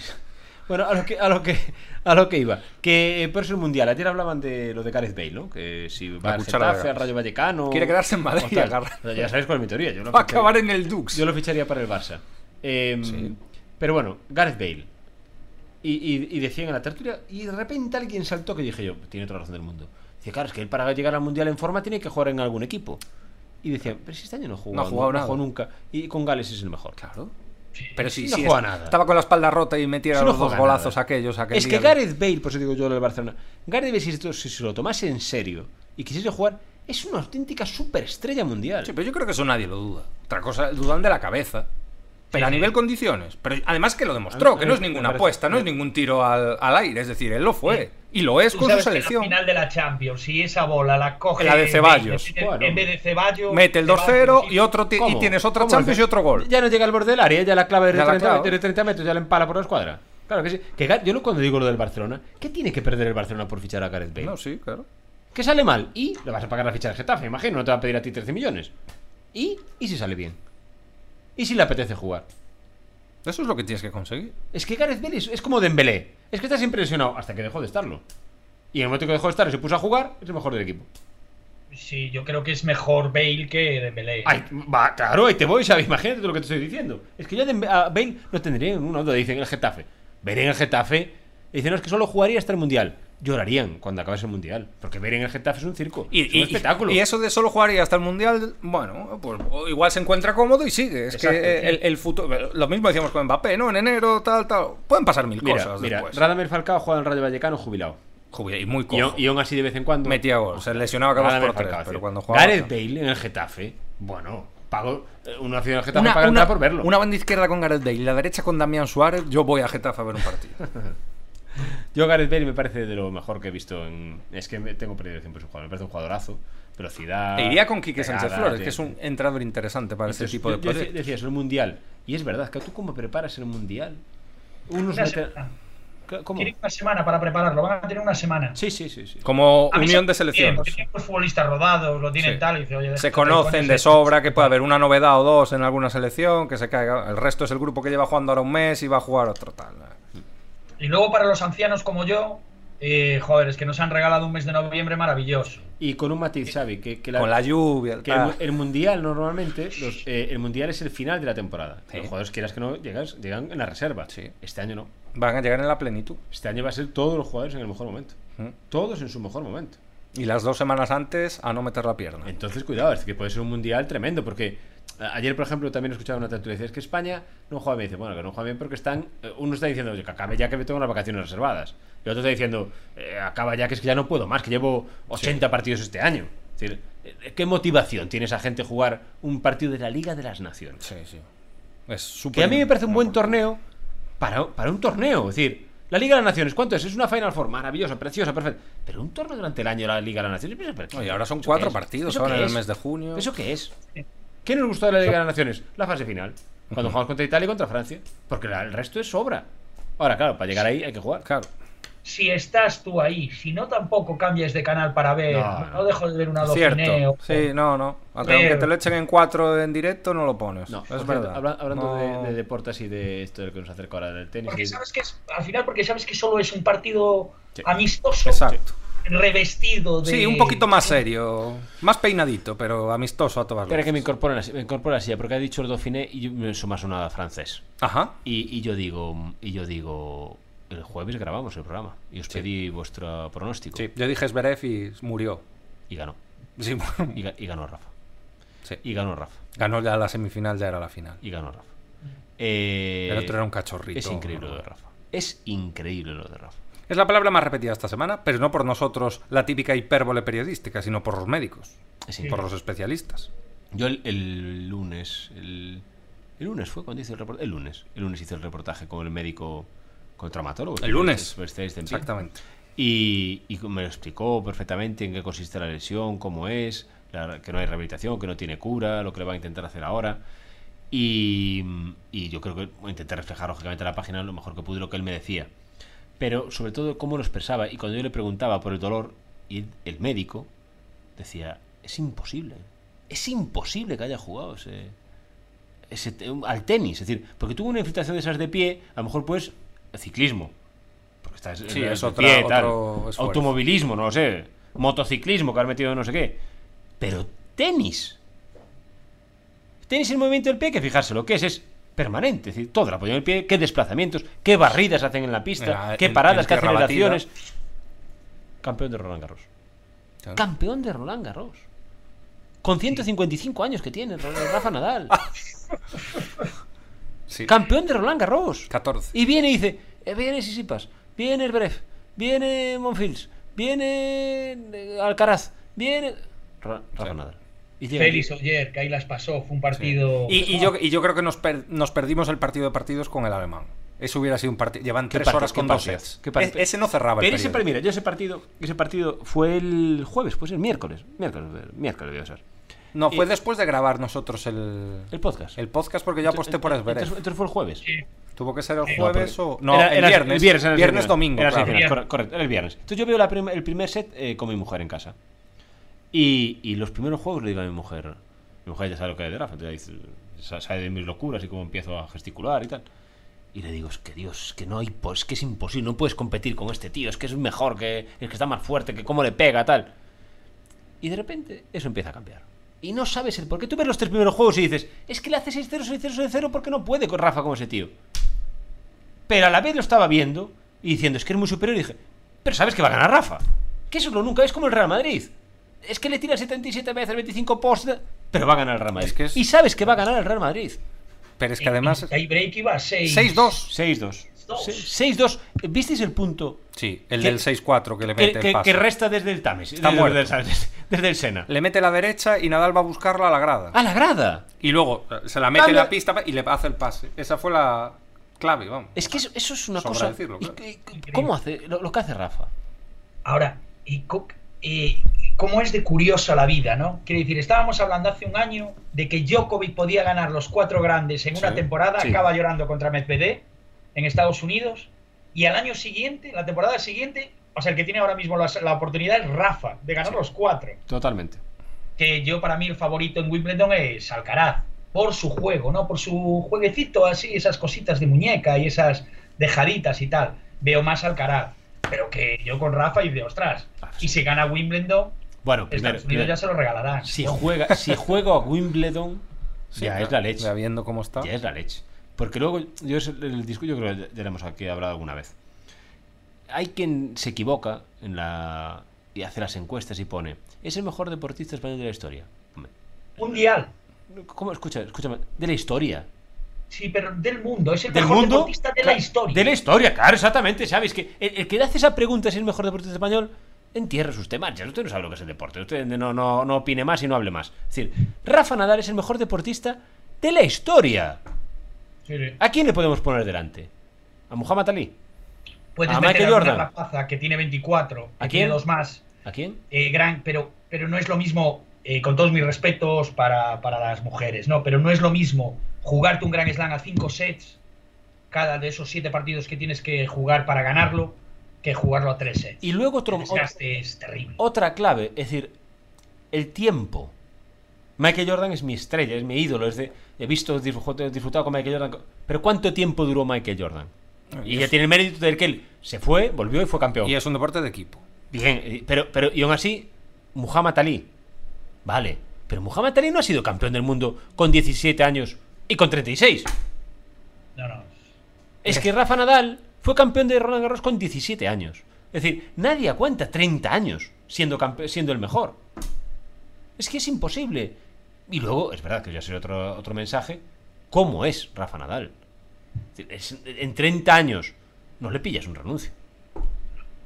Speaker 2: Bueno, a lo que, a lo que, a lo que iba. Que eh, por eso el mundial. Ayer hablaban de lo de Gareth Bale, ¿no? Que si va
Speaker 3: La
Speaker 2: al
Speaker 3: cuchara de
Speaker 2: Getafe, al
Speaker 3: Gareth.
Speaker 2: Rayo Vallecano.
Speaker 3: Quiere quedarse en Madrid
Speaker 2: o
Speaker 3: y
Speaker 2: tal.
Speaker 3: agarrar-
Speaker 2: O sea, Ya sabes cuál es mi teoría. Yo lo
Speaker 3: Va a
Speaker 2: ficharía-
Speaker 3: acabar en el Dux.
Speaker 2: Yo lo ficharía para el Barça. Eh,
Speaker 3: Sí.
Speaker 2: Pero bueno, Gareth Bale. Y, y- y decían en la tertulia, y de repente alguien saltó que dije yo, tiene toda la razón del mundo. Dice, claro, es que él para llegar al Mundial en forma tiene que jugar en algún equipo. Y decían, pero si este año no jugó,
Speaker 3: No ha jugado nada".
Speaker 2: nunca. Y con Gales es el mejor.
Speaker 3: Claro. Pero si,
Speaker 2: Sí, no
Speaker 3: si
Speaker 2: juega
Speaker 3: es-
Speaker 2: nada.
Speaker 3: estaba con la espalda rota y metiera
Speaker 2: Si no
Speaker 3: los dos
Speaker 2: juega
Speaker 3: golazos
Speaker 2: nada.
Speaker 3: aquellos aquel
Speaker 2: Es que
Speaker 3: día.
Speaker 2: Gareth Bale, por eso digo yo lo del Barcelona, Gareth Bale, si, esto- si se lo tomase en serio y quisiese jugar, es una auténtica superestrella mundial.
Speaker 3: Sí, pero yo creo que eso nadie lo duda. Otra cosa, dudan de la cabeza. Pero a nivel condiciones. Pero además que lo
Speaker 2: A
Speaker 3: demostró,
Speaker 2: mí-
Speaker 3: que
Speaker 2: a
Speaker 3: no
Speaker 2: mí
Speaker 3: es
Speaker 2: me
Speaker 3: ninguna
Speaker 2: parece-
Speaker 3: apuesta, no es ningún tiro al, al aire. Es decir, él lo fue. Y lo es
Speaker 4: Tú
Speaker 3: con su
Speaker 4: sabes que
Speaker 3: selección.
Speaker 4: En la final de la Champions, si esa bola la coge.
Speaker 3: La de Ceballos.
Speaker 4: En, vez de-
Speaker 2: Bueno.
Speaker 4: en vez de Ceballos.
Speaker 3: Mete el
Speaker 4: Ceballos,
Speaker 3: 2-0
Speaker 4: sí.
Speaker 3: y, otro ti- y
Speaker 2: ¿Cómo?
Speaker 3: tienes otra
Speaker 2: ¿Cómo
Speaker 3: Champions
Speaker 2: el-
Speaker 3: y otro gol.
Speaker 2: Ya no llega al borde del área, ya la clave de
Speaker 3: Ya la
Speaker 2: 30,
Speaker 3: clava.
Speaker 2: de 30 metros, ya la empala por la escuadra. Claro que sí. Que Ga- yo lo- cuando digo lo del Barcelona, ¿qué tiene que perder el Barcelona por fichar a Gareth Bale?
Speaker 3: No, sí, claro.
Speaker 2: Que sale mal y le vas a pagar la ficha del Getafe, imagino, no te va a pedir a ti 13 millones. ¿Y? ¿Y si sale bien? ¿Y si le apetece jugar?
Speaker 3: Eso es lo que tienes que conseguir.
Speaker 2: Es que Gareth Bale es, es como Dembélé. Es que está siempre lesionado hasta que dejó de estarlo. Y en el momento que dejó de estar y se puso a jugar, es el mejor del equipo.
Speaker 4: Sí, yo creo que es mejor Bale que Dembélé.
Speaker 2: Ay, va, claro, ahí te voy, Xavi, imagínate lo que te estoy diciendo. Es que yo a Dembe- a Bale no tendría una duda, dicen el Getafe. Bale en el Getafe, y dicen, no, es que solo jugaría hasta el Mundial. Llorarían cuando acabase el Mundial, porque Bale en el Getafe es un circo,
Speaker 3: Y,
Speaker 2: es un
Speaker 3: y-
Speaker 2: espectáculo.
Speaker 3: y eso de solo jugar y hasta el mundial, bueno, pues o igual se encuentra cómodo y sigue. Es
Speaker 2: Exacto,
Speaker 3: que
Speaker 2: sí.
Speaker 3: el, futuro. Lo mismo decíamos con Mbappé, ¿no? En enero, tal, tal. Pueden pasar mil
Speaker 2: mira,
Speaker 3: cosas
Speaker 2: mira,
Speaker 3: después.
Speaker 2: Radamel Falcao juega en el Rayo Vallecano jubilado.
Speaker 3: Joder, y muy
Speaker 2: Y,
Speaker 3: cojo.
Speaker 2: y aún así de vez en cuando...
Speaker 3: Metía gol. Se lesionaba cada dos
Speaker 2: Radamel
Speaker 3: por tres,
Speaker 2: Falcao,
Speaker 3: pero
Speaker 2: sí.
Speaker 3: cuando jugaba.
Speaker 2: Gareth Bale en el Getafe, bueno, pago eh, una afición al Getafe
Speaker 3: Una,
Speaker 2: paga
Speaker 3: una-
Speaker 2: entrada por verlo.
Speaker 3: una banda izquierda con Gareth Bale y la derecha con Damián Suárez, yo voy a Getafe a ver un partido.
Speaker 2: Yo Gareth Bale me parece de lo mejor que he visto en... Es que me- tengo perdido el tiempo de su jugador. Me parece un jugadorazo. Velocidad...
Speaker 3: Te E iría con Quique
Speaker 2: pegada,
Speaker 3: Sánchez Flores,
Speaker 2: tiene-
Speaker 3: que es un entrador interesante para este
Speaker 2: Entonces,
Speaker 3: tipo de
Speaker 2: yo- yo
Speaker 3: proyectos.
Speaker 2: decía- Decías, el Mundial. Y es verdad, que tú cómo preparas el Mundial. Unos
Speaker 4: Una
Speaker 2: meten-
Speaker 4: semana.
Speaker 2: Ca- ¿Cómo?
Speaker 4: Tienen una semana para prepararlo, van a tener una semana.
Speaker 2: Sí, sí, sí. sí.
Speaker 3: Como
Speaker 4: A mí
Speaker 3: unión
Speaker 4: se-
Speaker 3: de
Speaker 4: eh,
Speaker 3: selecciones.
Speaker 4: porque tienen los futbolistas rodados, lo tienen
Speaker 3: Sí.
Speaker 4: tal. y dice, oye,
Speaker 3: Se
Speaker 4: déjate,
Speaker 3: conocen
Speaker 4: coño,
Speaker 3: de
Speaker 4: se-
Speaker 3: sobra, que puede haber una novedad o dos en alguna selección, que se caiga. El resto es el grupo que lleva jugando ahora un mes y va a jugar otro tal.
Speaker 4: Y luego para los ancianos como yo, eh, joder, es que nos han regalado un mes de noviembre maravilloso.
Speaker 2: Y con un matiz, Xavi, que, que la-
Speaker 3: Con la lluvia, el
Speaker 2: que el,
Speaker 3: tal.
Speaker 2: mu- el Mundial normalmente, los- eh, el Mundial es el final de la temporada.
Speaker 3: Sí.
Speaker 2: Los jugadores, quieras que no, llegas, llegan en la reserva.
Speaker 3: Sí.
Speaker 2: Este año no.
Speaker 3: Van a llegar en la plenitud.
Speaker 2: Este año va a ser todos los jugadores en el mejor momento.
Speaker 3: ¿Mm?
Speaker 2: Todos en su mejor momento.
Speaker 3: Y las dos semanas antes a no meter la pierna.
Speaker 2: Entonces, cuidado, es que puede ser un mundial tremendo, porque a- ayer, por ejemplo, también escuchaba una tertulia, decía, es que España no juega bien. Dice, bueno, que no juega bien porque están... eh, Uno está diciendo, oye, que acabe ya que me tengo las vacaciones reservadas. Y otro está diciendo, "Eh, acaba ya que es que ya no puedo más, que llevo 80 partidos este año. Es decir, eh, ¿qué motivación tiene esa gente jugar un partido de la Liga de las Naciones?
Speaker 3: Sí, sí. Es súper.
Speaker 2: Que a mí me parece un buen torneo para, para un torneo. Es decir, la Liga de las Naciones, ¿cuánto es? Es una Final Four maravillosa, preciosa, perfecta. Pero un torneo durante el año de la Liga de las Naciones. pero- pero-
Speaker 3: Oye, ahora son
Speaker 2: ¿eso
Speaker 3: cuatro
Speaker 2: qué es?
Speaker 3: partidos
Speaker 2: ¿Eso
Speaker 3: ahora
Speaker 2: qué
Speaker 3: en el
Speaker 2: es?
Speaker 3: mes de junio.
Speaker 2: ¿Eso qué es? ¿Qué nos gustó de la Liga de las Naciones? La fase final. Cuando jugamos contra Italia y contra Francia. Porque la- el resto es sobra. Ahora, claro, para llegar ahí hay que jugar.
Speaker 3: Claro.
Speaker 4: Si estás tú ahí, si no tampoco cambies de canal para ver,
Speaker 2: No,
Speaker 4: no,
Speaker 2: no.
Speaker 4: dejo de ver una Dauphiné
Speaker 3: Cierto.
Speaker 4: o-
Speaker 3: Sí, no, no. Aunque
Speaker 4: Pero-
Speaker 3: aunque te lo echen en cuatro en directo, no lo pones.
Speaker 2: No,
Speaker 3: es
Speaker 2: por cierto,
Speaker 3: verdad.
Speaker 2: habla- hablando
Speaker 3: No.
Speaker 2: de, de deportes y de esto del que nos acerca ahora del tenis.
Speaker 4: Porque
Speaker 2: y-
Speaker 4: sabes que es, al final porque sabes que solo es un partido
Speaker 2: Sí.
Speaker 4: amistoso.
Speaker 3: Exacto.
Speaker 4: revestido de.
Speaker 3: Sí, un poquito más serio. Más peinadito, pero amistoso a todas
Speaker 2: Espera
Speaker 3: luces.
Speaker 2: que me incorpore, me incorpore así, porque ha dicho el Dauphiné y yo- me- eso me ha sonado a francés.
Speaker 3: Ajá.
Speaker 2: Y, y yo digo, y yo digo, el jueves grabamos el programa y os pedí vuestro pronóstico
Speaker 3: Sí, yo dije Esberef y murió.
Speaker 2: y ganó,
Speaker 3: Sí,
Speaker 2: y, ga- y ganó Rafa,
Speaker 3: sí.
Speaker 2: y ganó Rafa,
Speaker 3: Ganó ya la semifinal, ya era la final.
Speaker 2: y ganó Rafa. Eh,
Speaker 3: El otro era un cachorrito.
Speaker 2: Es increíble lo de Rafa. Es increíble lo de Rafa.
Speaker 3: Es la palabra más repetida esta semana, pero no por nosotros, la típica hipérbole periodística, sino por los médicos,
Speaker 2: Es
Speaker 3: por
Speaker 2: increíble.
Speaker 3: los especialistas.
Speaker 2: Yo el, el lunes, el, el lunes fue cuando hice el reportaje. El lunes, el lunes hice el reportaje con el médico, con el traumatólogo.
Speaker 3: El lunes.
Speaker 2: Mercedes Tempié.
Speaker 3: Exactamente.
Speaker 2: Y, y me lo explicó perfectamente en qué consiste la lesión, cómo es, la- que no hay rehabilitación, que no tiene cura, lo que le va a intentar hacer ahora. Y, y yo creo que intenté reflejar, lógicamente, en la página lo mejor que pude lo que él me decía. Pero sobre todo cómo lo expresaba. Y cuando yo le preguntaba por el dolor, y el médico decía, es imposible. Es imposible que haya jugado ese, ese te- al tenis. Es decir, porque tuvo una infiltración de esas de pie, a lo mejor pues ciclismo. Porque estás
Speaker 3: Sí,
Speaker 2: en-
Speaker 3: es
Speaker 2: de
Speaker 3: otra-
Speaker 2: tal.
Speaker 3: otro esfuerzo.
Speaker 2: Automovilismo, no lo sé. Motociclismo, que has metido no sé qué. Pero tenis. Tenis el movimiento del pie, que fijarse lo que es, es permanente. Es decir, todo el apoyo del pie, qué desplazamientos, qué barridas hacen en la pista,
Speaker 3: Mira,
Speaker 2: qué
Speaker 3: en-
Speaker 2: paradas,
Speaker 3: en
Speaker 2: qué
Speaker 3: tierra batida.
Speaker 2: aceleraciones. Campeón de Roland Garros.
Speaker 3: Claro.
Speaker 2: Campeón de Roland Garros. Con 155 años que tiene Rafa Nadal.
Speaker 3: Sí.
Speaker 2: Campeón de Roland Garros.
Speaker 3: 14.
Speaker 2: Y viene y dice, eh, viene Sisipas, viene Bref, viene Monfils, viene eh, Alcaraz, viene Ra- Rafa
Speaker 3: Sí.
Speaker 2: Nadal. Y llega
Speaker 4: Félix
Speaker 2: aquí.
Speaker 4: Oyer, que ahí las pasó, fue un partido.
Speaker 3: Y, y
Speaker 2: Ah.
Speaker 3: yo, y yo creo que nos, per- nos perdimos el partido de partidos con el alemán. Eso hubiera sido un partido. Llevan
Speaker 2: ¿Qué
Speaker 3: tres
Speaker 2: partido-
Speaker 3: horas
Speaker 2: qué
Speaker 3: con dos
Speaker 2: partido?
Speaker 3: sets.
Speaker 2: ¿Qué par-
Speaker 3: E- ese no cerraba el
Speaker 2: Pero ese,
Speaker 3: periodo.
Speaker 2: mira, yo ese partido, ese partido fue el jueves, pues el miércoles, miércoles, eh, miércoles debió ser.
Speaker 3: No, fue después de grabar nosotros el,
Speaker 2: eh, El podcast.
Speaker 3: el podcast porque yo aposté por
Speaker 2: Entonces-
Speaker 3: Esberef.
Speaker 2: Entonces fue el jueves.
Speaker 3: Tuvo que ser el
Speaker 4: Sí,
Speaker 3: jueves
Speaker 2: pero-
Speaker 3: o. No,
Speaker 2: Era-
Speaker 3: el,
Speaker 2: era-
Speaker 3: viernes,
Speaker 2: era la semifinal.
Speaker 3: domingo.
Speaker 2: Era la
Speaker 3: claro.
Speaker 2: semifinal, corre- correcto, era el viernes. Entonces yo veo la prim- el primer set eh, con mi mujer en casa. Y, y los primeros juegos le digo a mi mujer. Mi mujer ya sabe lo que hay de Rafa, entonces ya dice, sa- sabe de mis locuras y cómo empiezo a gesticular y tal. Y le digo, es que Dios, es que no hay, po- es que es imposible, no puedes competir con este tío, es que es mejor, que es que está más fuerte, que cómo le pega, tal. Y de repente eso empieza a cambiar. Y no sabes el por qué. Tú ves los tres primeros juegos y dices, es que le hace 6-0, 6-0, 6-0 porque no puede con Rafa como ese tío. Pero a la vez lo estaba viendo y diciendo, es que es muy superior. Y dije, pero sabes que va a ganar Rafa. Que eso es lo nunca, es como el Real Madrid. Es que le tira 77 veces, 25 post, pero va a ganar el Real Madrid.
Speaker 3: Es que es-
Speaker 2: Y sabes que va a ganar el Real Madrid.
Speaker 3: Pero es que además.
Speaker 4: Ahí break iba a 6.
Speaker 3: 6-2.
Speaker 2: 6-2.
Speaker 4: Dos.
Speaker 2: Se- 6-2. ¿Visteis el punto
Speaker 3: Sí, el
Speaker 2: Que-
Speaker 3: del 6-4 que le
Speaker 2: que,
Speaker 3: mete el
Speaker 2: que-
Speaker 3: pase.
Speaker 2: que resta desde el Tames?
Speaker 3: Está
Speaker 2: desde,
Speaker 3: muerto.
Speaker 2: desde el- desde el Sena.
Speaker 3: Le mete la derecha y Nadal va a buscarla a la grada.
Speaker 2: ¡A la grada!
Speaker 3: Y luego eh, se la mete en
Speaker 2: Cambia-
Speaker 3: la pista y le hace el pase. Esa fue la clave, vamos.
Speaker 2: Es que eso, eso es una
Speaker 3: Sobra
Speaker 2: cosa.
Speaker 3: decirlo,
Speaker 2: ¿y
Speaker 3: claro.
Speaker 2: qué- ¿Cómo hace? Lo, lo que hace Rafa.
Speaker 4: Ahora, y co- eh, cómo es de curiosa la vida, ¿no? Quiero decir, estábamos hablando hace un año de que Djokovic podía ganar los cuatro grandes en una
Speaker 3: Sí,
Speaker 4: temporada,
Speaker 3: sí.
Speaker 4: acaba llorando contra Medvedev en Estados Unidos, y al año siguiente, la temporada siguiente, o sea, el que tiene ahora mismo la, la oportunidad es Rafa, de ganar los cuatro.
Speaker 5: Totalmente.
Speaker 4: Que yo, para mí, el favorito en Wimbledon es Alcaraz, por su juego, ¿no? Por su jueguecito así, esas cositas de muñeca y esas dejaditas y tal. Veo más Alcaraz, pero que yo con Rafa y de ostras. Y si gana Wimbledon,
Speaker 2: Bueno, primero,
Speaker 4: Estados Unidos ya se lo regalarán.
Speaker 2: si juega, si juego a Wimbledon,
Speaker 3: Sí,
Speaker 2: ya
Speaker 3: ya-
Speaker 2: es la leche.
Speaker 3: Ya viendo cómo está.
Speaker 2: Ya es la leche. Porque luego, yo es el, el disco, yo creo que ya- ya lo hemos aquí hablado alguna vez. Hay quien se equivoca en la y hace las encuestas y pone, es el mejor deportista español de la historia. Hombre,
Speaker 4: Mundial.
Speaker 2: ¿Cómo? Escucha, escúchame, de la historia.
Speaker 4: Sí, pero del mundo. Es el
Speaker 2: del
Speaker 4: mejor
Speaker 2: mundo.
Speaker 4: deportista de la
Speaker 2: Claro,
Speaker 4: historia.
Speaker 2: De la historia, claro, exactamente. Sabes que el, el que le hace esa pregunta si es el mejor deportista español, entierre sus temas. Ya usted no sabe lo que es el deporte. Usted no, no, no opine más y no hable más. Es decir, Rafa Nadal es el mejor deportista de la historia.
Speaker 4: Sí, sí.
Speaker 2: ¿A quién le podemos poner delante? ¿A Muhammad Ali?
Speaker 4: Puedes
Speaker 2: a
Speaker 4: meter
Speaker 2: Michael
Speaker 4: a
Speaker 2: Jordan.
Speaker 4: una rapaza que tiene 24,
Speaker 2: ¿A
Speaker 4: que
Speaker 2: quién?
Speaker 4: tiene dos más.
Speaker 2: ¿A quién?
Speaker 4: eh, gran, pero, pero no es lo mismo, eh, con todos mis respetos para, para las mujeres, ¿no? Pero no es lo mismo jugarte un gran slam a cinco sets, cada de esos siete partidos que tienes que jugar para ganarlo, que jugarlo a tres sets.
Speaker 2: Y luego otro,
Speaker 4: El desgaste es terrible.
Speaker 2: otra clave, es decir, el tiempo. Michael Jordan es mi estrella, es mi ídolo. Es de, he visto, disfruto- he disfrutado con Michael Jordan. Pero ¿cuánto tiempo duró Michael Jordan? Y ya tiene el mérito de que él se fue, volvió y fue campeón.
Speaker 3: Y es un deporte de equipo.
Speaker 2: Bien, eh, pero, pero y aún así, Muhammad Ali. Vale, pero Muhammad Ali no ha sido campeón del mundo con 17 años y con 36.
Speaker 4: No, no.
Speaker 2: Es que Rafa Nadal fue campeón de Roland Garros con 17 años. Es decir, nadie aguanta 30 años siendo, campe- siendo el mejor. Es que es imposible. Y luego, es verdad que ya sería otro, otro mensaje, ¿cómo es Rafa Nadal? Es decir, es- en 30 años no le pillas un renuncio.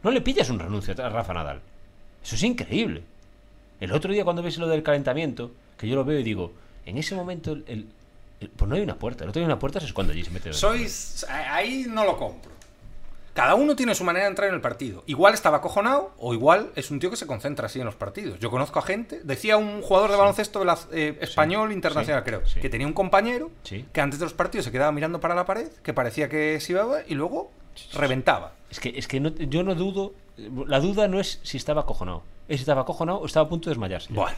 Speaker 2: No le pillas un renuncio a Rafa Nadal. Eso es increíble. El otro día cuando ves lo del calentamiento, que yo lo veo y digo, en ese momento el, el- el- pues no hay una puerta, el otro día hay una puerta se esconde allí, se mete dentro.
Speaker 3: Sois. Ahí no lo compro. Cada uno tiene su manera de entrar en el partido. Igual estaba acojonado o igual es un tío que se concentra así en los partidos. Yo conozco a gente. Decía un jugador de baloncesto de la- eh, español
Speaker 2: Sí,
Speaker 3: internacional,
Speaker 2: sí,
Speaker 3: creo,
Speaker 2: sí.
Speaker 3: que tenía un compañero
Speaker 2: Sí.
Speaker 3: que antes de los partidos se quedaba mirando para la pared, que parecía que se iba y luego reventaba.
Speaker 2: Es que, es que no- yo no dudo. La duda no es si estaba acojonado. Es si estaba acojonado o estaba a punto de desmayarse.
Speaker 3: Bueno.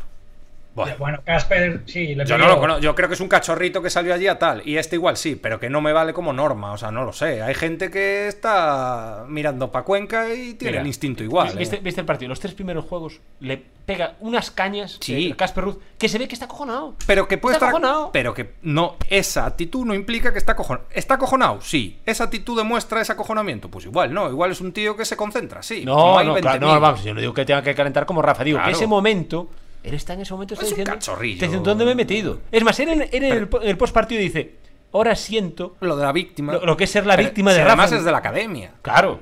Speaker 4: Ya, Bueno, Casper, sí, le
Speaker 3: Yo no
Speaker 4: pilló.
Speaker 3: lo conozco. Yo creo que es un cachorrito que salió allí a tal. Y este igual sí, pero que no me vale como norma. O sea, no lo sé. Hay gente que está mirando pa' Cuenca y tiene
Speaker 2: Mira, este,
Speaker 3: el instinto igual.
Speaker 2: ¿Viste,
Speaker 3: ¿eh?
Speaker 2: viste el partido? Los tres primeros juegos le pega unas cañas
Speaker 3: Sí.
Speaker 2: eh, Casper Ruth que se ve que está acojonado.
Speaker 3: Pero que puede
Speaker 2: Está
Speaker 3: estar.
Speaker 2: acojonado.
Speaker 3: Pero que no. Esa actitud no implica que está acojonado. ¿Está acojonado? Sí. ¿Esa actitud demuestra ese acojonamiento? Pues igual no. Igual es un tío que se concentra, sí. como
Speaker 2: No,
Speaker 3: hay
Speaker 2: no, claro,
Speaker 3: 20.000.
Speaker 2: no, vamos, yo no digo que tenga que calentar como Rafa, digo
Speaker 3: Claro.
Speaker 2: que ese momento, él está en ese momento, está
Speaker 3: Es un
Speaker 2: diciendo,
Speaker 3: cachorrillo.
Speaker 2: está diciendo, ¿dónde me he metido? Es más, él en, él en el, po- en el post partido dice, ahora siento
Speaker 3: Lo de la víctima.
Speaker 2: Lo- lo que es ser la
Speaker 3: Pero
Speaker 2: víctima de
Speaker 3: si Además
Speaker 2: Rafa.
Speaker 3: es de la academia.
Speaker 2: Claro,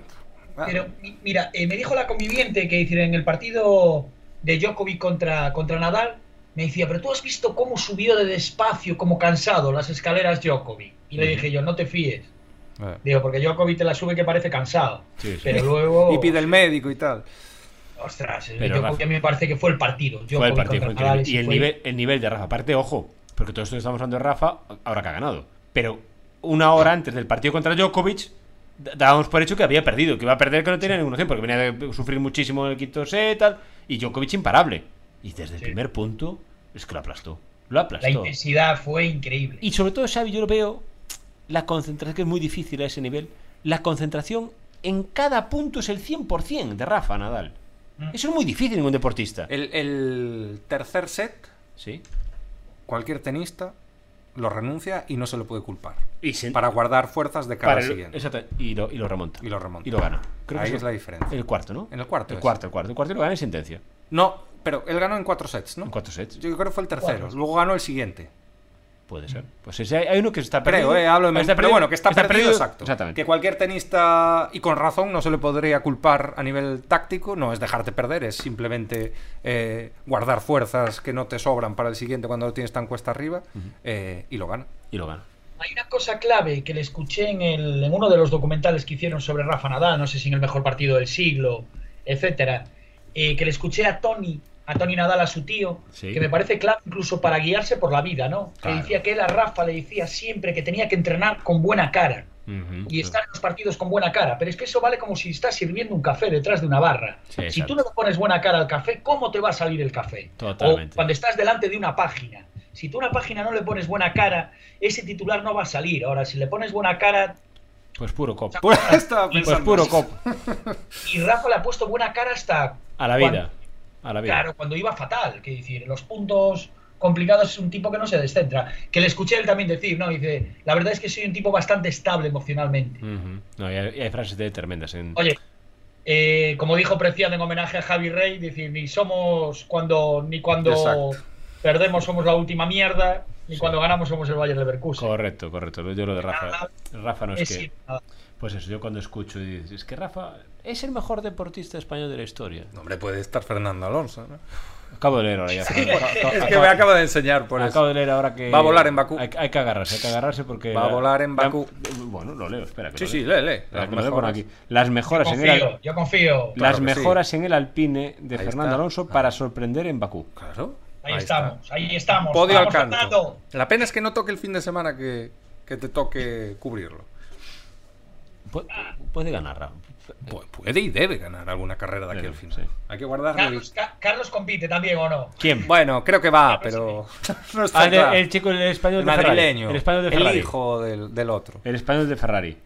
Speaker 4: Pero mi- mira, eh, me dijo la conviviente que decir, en el partido de Djokovic contra, contra Nadal, me decía, pero tú has visto cómo subió de despacio, como cansado, las escaleras Djokovic. Y le dije yo, no te fíes.
Speaker 3: Eh.
Speaker 4: Digo, porque Djokovic te la sube que parece cansado.
Speaker 2: Sí, sí.
Speaker 4: Pero luego...
Speaker 3: Y pide el médico y tal.
Speaker 4: Ostras, el
Speaker 2: Pero,
Speaker 4: Djokovic
Speaker 2: Rafa.
Speaker 4: a mí me parece que fue el partido. Djokovic
Speaker 2: fue el partido, fue
Speaker 4: contra
Speaker 2: increíble.
Speaker 4: Nadal, sí
Speaker 2: Y el
Speaker 4: fue-
Speaker 2: nivel, el nivel de Rafa, aparte, ojo, porque todo esto que estamos hablando de Rafa, ahora que ha ganado. Pero una hora antes del partido contra Djokovic, d- dábamos por hecho que había perdido, que iba a perder, que no tenía ninguna opción, porque venía de sufrir muchísimo en el quinto set, tal, y Djokovic imparable. Y desde el
Speaker 4: Sí.
Speaker 2: primer punto, es que lo aplastó. Lo
Speaker 4: La
Speaker 2: aplastó.
Speaker 4: intensidad fue increíble.
Speaker 2: Y sobre todo, Xavi, yo lo veo, la concentración, que es muy difícil a ese nivel, la concentración en cada punto es el 100% de Rafa Nadal.
Speaker 4: Mm.
Speaker 2: Eso es muy difícil en un deportista.
Speaker 3: El, el tercer set,
Speaker 2: Sí.
Speaker 3: cualquier tenista lo renuncia y no se le puede culpar.
Speaker 2: Y se-
Speaker 3: Para guardar fuerzas de cara
Speaker 2: Para
Speaker 3: al
Speaker 2: el-
Speaker 3: siguiente.
Speaker 2: exacto, y, lo, y lo remonta.
Speaker 3: Y lo remonta.
Speaker 2: Y lo gana. Creo
Speaker 3: Ahí
Speaker 2: que
Speaker 3: es la diferencia.
Speaker 2: El cuarto, ¿no?
Speaker 3: En el cuarto
Speaker 2: El
Speaker 3: es.
Speaker 2: cuarto, el cuarto. El cuarto y lo gana en sentencia.
Speaker 3: No, pero él ganó en cuatro sets, ¿no?
Speaker 2: En cuatro sets.
Speaker 3: Yo creo que fue el tercero.
Speaker 4: Cuatro.
Speaker 3: Luego ganó el siguiente.
Speaker 2: Puede ser. Pues ese, hay uno que está perdido.
Speaker 3: Creo, eh, hablo de memoria.
Speaker 2: Está
Speaker 3: Pero
Speaker 2: perdido-
Speaker 3: bueno, que está, perdido, exacto.
Speaker 2: Exactamente.
Speaker 3: Que cualquier tenista, y con razón, no se le podría culpar a nivel táctico, no es dejarte perder, es simplemente eh, guardar fuerzas que no te sobran para el siguiente cuando lo tienes tan cuesta arriba eh, y lo gana.
Speaker 2: Y lo gana.
Speaker 4: Hay una cosa clave que le escuché en, el- en uno de los documentales que hicieron sobre Rafa Nadal, no sé si en el mejor partido del siglo, etcétera, eh, que le escuché a Tony, a Tony Nadal, a su tío,
Speaker 2: Sí.
Speaker 4: que me parece clave incluso para guiarse por la vida, ¿no?
Speaker 2: Claro.
Speaker 4: Que decía que él a Rafa le decía siempre que tenía que entrenar con buena cara y estar en los partidos con buena cara, pero es que eso vale como si estás sirviendo un café detrás de una barra.
Speaker 2: Sí,
Speaker 4: si
Speaker 2: exacto.
Speaker 4: tú no le pones buena cara al café, ¿cómo te va a salir el café?
Speaker 2: Totalmente.
Speaker 4: O cuando estás delante de una página. Si tú a una página no le pones buena cara, ese titular no va a salir. Ahora, si le pones buena cara,
Speaker 2: Pues puro cop.
Speaker 3: Pura- estaba
Speaker 2: Pues
Speaker 3: pensando.
Speaker 2: puro cop.
Speaker 4: y Rafa le ha puesto buena cara hasta...
Speaker 2: A la
Speaker 4: cuando-
Speaker 2: vida. A la vida.
Speaker 4: Claro, cuando iba fatal, que decir, los puntos complicados es un tipo que no se descentra. Que le escuché él también decir, ¿no? Dice, la verdad es que soy un tipo bastante estable emocionalmente.
Speaker 2: Ujú. No, y hay, y hay frases de tremendas. En...
Speaker 4: Oye, eh, como dijo Preciado en homenaje a Javi Rey, decir, ni somos cuando, ni cuando
Speaker 3: Exacto.
Speaker 4: perdemos somos la última mierda, ni cuando ganamos somos el Bayern Leverkusen.
Speaker 2: Correcto, correcto. Yo lo de Rafa. Rafa no es
Speaker 4: Es
Speaker 2: que.
Speaker 4: ir a-
Speaker 2: Pues eso, yo cuando escucho y dices, es que Rafa es el mejor deportista español de la historia.
Speaker 3: No, Hombre, puede estar Fernando Alonso. ¿no?
Speaker 2: Acabo de leer ahora ya.
Speaker 3: Es que me acaba de enseñar por
Speaker 2: Acabo
Speaker 3: eso.
Speaker 2: de leer ahora que.
Speaker 3: Va a volar en Bakú.
Speaker 2: Hay, hay que agarrarse, hay que agarrarse porque.
Speaker 3: Va a
Speaker 2: la-
Speaker 3: volar en
Speaker 2: la-
Speaker 3: Bakú.
Speaker 2: bueno, lo leo, espera. que
Speaker 3: Sí,
Speaker 2: lo
Speaker 3: sí,
Speaker 2: leo.
Speaker 3: lee, lee.
Speaker 2: Espera,
Speaker 3: Las
Speaker 2: que lo leo por
Speaker 3: mejoras.
Speaker 2: aquí. Las mejoras en el.
Speaker 4: Confío, yo confío.
Speaker 2: Las
Speaker 3: Claro que
Speaker 2: mejoras en el Alpine de
Speaker 3: Ahí
Speaker 2: Fernando
Speaker 3: está.
Speaker 2: Alonso para sorprender en Bakú.
Speaker 3: Claro.
Speaker 4: Ahí,
Speaker 3: está.
Speaker 4: estamos, ahí estamos.
Speaker 3: Podio al
Speaker 4: Vamos,
Speaker 3: canto.
Speaker 4: Fernando.
Speaker 3: La pena es que no toque el fin de semana que, que te toque cubrirlo.
Speaker 2: Pu- Puede ganar, Rafa.
Speaker 3: Pu- puede y debe ganar alguna carrera de aquí
Speaker 2: Debe,
Speaker 3: al final.
Speaker 2: sí.
Speaker 3: Hay que guardarlo. y-
Speaker 4: Carlos, Ca- Carlos compite también o no.
Speaker 2: ¿Quién?
Speaker 3: Bueno, creo que va, pero no está
Speaker 2: Ah, el,
Speaker 3: claro.
Speaker 2: el chico, el español
Speaker 3: El
Speaker 2: de Ferrari.
Speaker 3: madrileño,
Speaker 2: El español de Ferrari.
Speaker 3: hijo del, del otro.
Speaker 2: El español de Ferrari.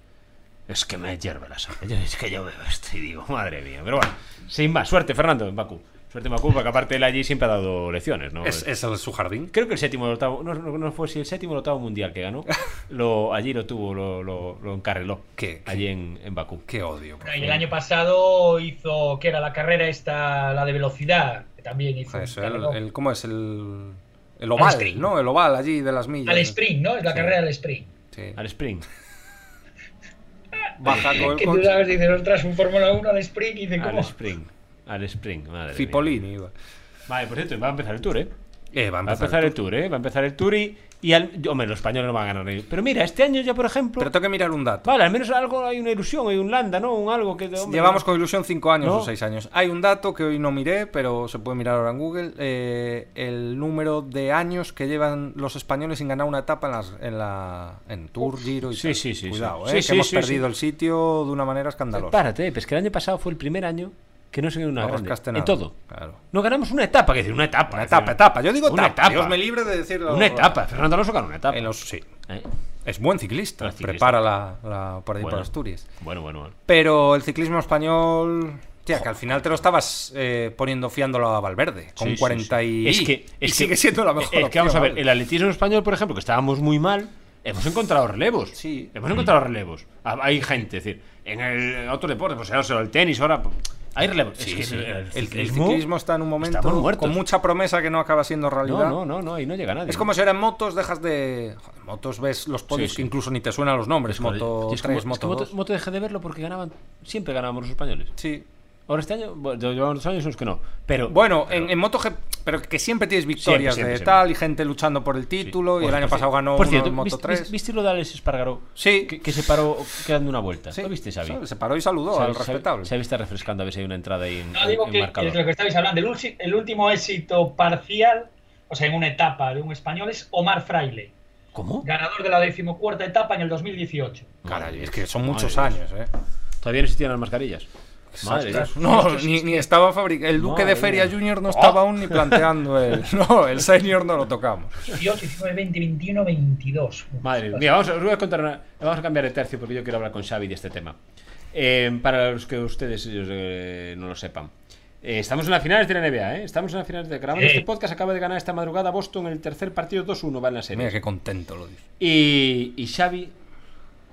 Speaker 2: Es que me hierve la sangre. Yo- Es que yo veo esto y digo, madre mía. Pero bueno, sin más. Suerte, Fernando, en Bakú. Suerte en Bakú, porque aparte él allí siempre ha dado lecciones, ¿no? Este,
Speaker 3: Es, es el- su jardín.
Speaker 2: Creo que el séptimo o el octavo, no, no, no fue si el séptimo o el octavo mundial que ganó, lo, allí lo tuvo, lo, lo, lo encarriló.
Speaker 3: ¿Qué?
Speaker 2: Allí en, en Bakú.
Speaker 3: Qué odio. por
Speaker 4: Bueno, y
Speaker 3: favor.
Speaker 4: el año pasado hizo, que era la carrera esta, la de velocidad, que también hizo.
Speaker 3: Joder, Pues eso,
Speaker 4: un
Speaker 3: el,
Speaker 4: carrerón.
Speaker 3: el- ¿Cómo es? El, el oval,
Speaker 4: sprint.
Speaker 3: ¿no? El oval allí de las millas.
Speaker 4: Al sprint, ¿no? Es la carrera del sprint.
Speaker 3: Sí.
Speaker 2: Al sprint.
Speaker 3: Baja con,
Speaker 4: Que
Speaker 3: con
Speaker 4: tú sabes, dices, ostras, un Fórmula 1 al sprint, y dices,
Speaker 2: Al
Speaker 4: ¿cómo?
Speaker 2: sprint. Al sprint, madre mía.
Speaker 3: Cipollini. iba.
Speaker 2: Vale, por cierto, va a empezar el tour, ¿eh?
Speaker 3: Eh, va a
Speaker 2: Va a
Speaker 3: empezar.
Speaker 2: empezar el tour, ¿eh? Va a empezar el tour y, y al, hombre, los españoles no van a ganar. eh. Pero mira, este año ya, por ejemplo,
Speaker 3: Pero tengo que mirar un dato.
Speaker 2: vale, al menos algo hay una ilusión, hay un Landa, ¿no? Un algo que... hombre,
Speaker 3: Llevamos
Speaker 2: no.
Speaker 3: con ilusión 5 años
Speaker 2: No.
Speaker 3: o 6 años. Hay un dato que hoy no miré, pero se puede mirar ahora en Google. eh, el número de años que llevan los españoles sin ganar una etapa en, las- en la en Tour, Giro y
Speaker 2: Sí,
Speaker 3: tal.
Speaker 2: sí, sí, sí.
Speaker 3: Cuidado, eh,
Speaker 2: Sí,
Speaker 3: que
Speaker 2: sí,
Speaker 3: hemos
Speaker 2: sí,
Speaker 3: perdido el sitio de una manera escandalosa.
Speaker 2: Párate, pues que el año pasado fue el primer año que no se ganó una
Speaker 3: No
Speaker 2: grande.
Speaker 3: rascaste
Speaker 2: En
Speaker 3: nada.
Speaker 2: todo.
Speaker 3: Claro.
Speaker 2: No ganamos una etapa, que decir, una etapa.
Speaker 3: Una
Speaker 2: es decir,
Speaker 3: etapa, etapa. Yo digo
Speaker 2: una
Speaker 3: etapa.
Speaker 2: etapa.
Speaker 3: Dios me libre de decirlo.
Speaker 2: Una etapa. Fernando Alonso ganó una etapa.
Speaker 3: En los, sí.
Speaker 2: Eh.
Speaker 3: Es buen ciclista.
Speaker 2: Buen ciclista.
Speaker 3: Prepara la, la por ahí
Speaker 2: Bueno.
Speaker 3: por Asturias.
Speaker 2: Bueno, bueno, bueno.
Speaker 3: Pero el ciclismo español. Tía, que al final te lo estabas eh, poniendo fiándolo a Valverde. Con
Speaker 2: Sí, sí,
Speaker 3: 40 y.
Speaker 2: sí. Es que,
Speaker 3: y
Speaker 2: es que-
Speaker 3: sigue siendo la mejor.
Speaker 2: Es que vamos a
Speaker 3: opción,
Speaker 2: ver,
Speaker 3: ¿vale?
Speaker 2: el atletismo español, por ejemplo, que estábamos muy mal, hemos encontrado relevos.
Speaker 3: Sí.
Speaker 2: Hemos encontrado relevos. Ah, Hay gente, es decir, en el en otro deporte, pues ahora el tenis, ahora. pues, Hay relevos. Es que el,
Speaker 3: El- el, ciclismo está en un
Speaker 2: estamos
Speaker 3: momento
Speaker 2: muertos.
Speaker 3: con mucha promesa que no acaba siendo realidad.
Speaker 2: No, no, no, no, ahí no llega nadie.
Speaker 3: Es como si ahora en motos dejas de. Joder, en motos ves los podios
Speaker 2: Sí, sí.
Speaker 3: que incluso ni te suenan los nombres.
Speaker 2: Joder,
Speaker 3: moto
Speaker 2: y
Speaker 3: 3,
Speaker 2: es como- es
Speaker 3: moto
Speaker 2: que moto,
Speaker 3: 2.
Speaker 2: Moto dejé de verlo porque ganaban. Siempre ganábamos los españoles.
Speaker 3: Sí.
Speaker 2: Ahora este año, bueno, llevamos dos años, es que no. Pero.
Speaker 3: Bueno, en, en MotoGP, pero que siempre tienes victorias
Speaker 2: Siempre,
Speaker 3: de
Speaker 2: siempre,
Speaker 3: tal y gente luchando por el título. Y
Speaker 2: Por
Speaker 3: el año
Speaker 2: cierto,
Speaker 3: pasado ganó
Speaker 2: pues, por
Speaker 3: uno
Speaker 2: cierto,
Speaker 3: en Moto
Speaker 2: ¿viste-
Speaker 3: 3.
Speaker 2: ¿Viste lo de Alex Espargaró?
Speaker 3: Sí.
Speaker 2: Que, que se paró quedando una vuelta.
Speaker 3: Sí,
Speaker 2: ¿Lo viste, Xavi?
Speaker 3: sabe, Se paró y saludó
Speaker 2: Xavi-
Speaker 3: al
Speaker 2: Xavi-
Speaker 3: respetable.
Speaker 2: Xavi está refrescando a ver si hay una entrada ahí en,
Speaker 4: No, digo
Speaker 2: en
Speaker 4: que, que
Speaker 2: marcador.
Speaker 4: es lo que estáis hablando. El, ulti- el último éxito parcial, o sea, en una etapa de un español, es Omar Fraile,
Speaker 2: ¿Cómo?
Speaker 4: ganador de la decimocuarta etapa en el 2018.
Speaker 3: Caray,
Speaker 2: Madre
Speaker 3: es que
Speaker 2: Dios,
Speaker 3: son
Speaker 2: madre
Speaker 3: muchos
Speaker 2: Dios.
Speaker 3: años, ¿eh?
Speaker 2: Todavía no existían las mascarillas. Madre
Speaker 3: Ostras,
Speaker 2: Dios.
Speaker 3: No, ni, ni estaba fabricado. El duque
Speaker 2: Madre
Speaker 3: de Feria
Speaker 2: mía. Oh.
Speaker 3: Junior no estaba aún ni planteando el. No, el senior no lo tocamos.
Speaker 4: 18, 19, 20, 21, 22.
Speaker 2: Madre mía, vamos, a- os voy a contar una- Vamos a cambiar de tercio porque yo quiero hablar con Xavi de este tema. Eh, para los que ustedes eh, no lo sepan. Eh, estamos en las finales de la NBA, ¿eh? Estamos en las finales de... Grabando
Speaker 4: Sí.
Speaker 2: este podcast acaba de ganar esta madrugada Boston el tercer partido 2-1, va en la serie.
Speaker 3: Mira qué contento lo dice.
Speaker 2: Y, y Xavi...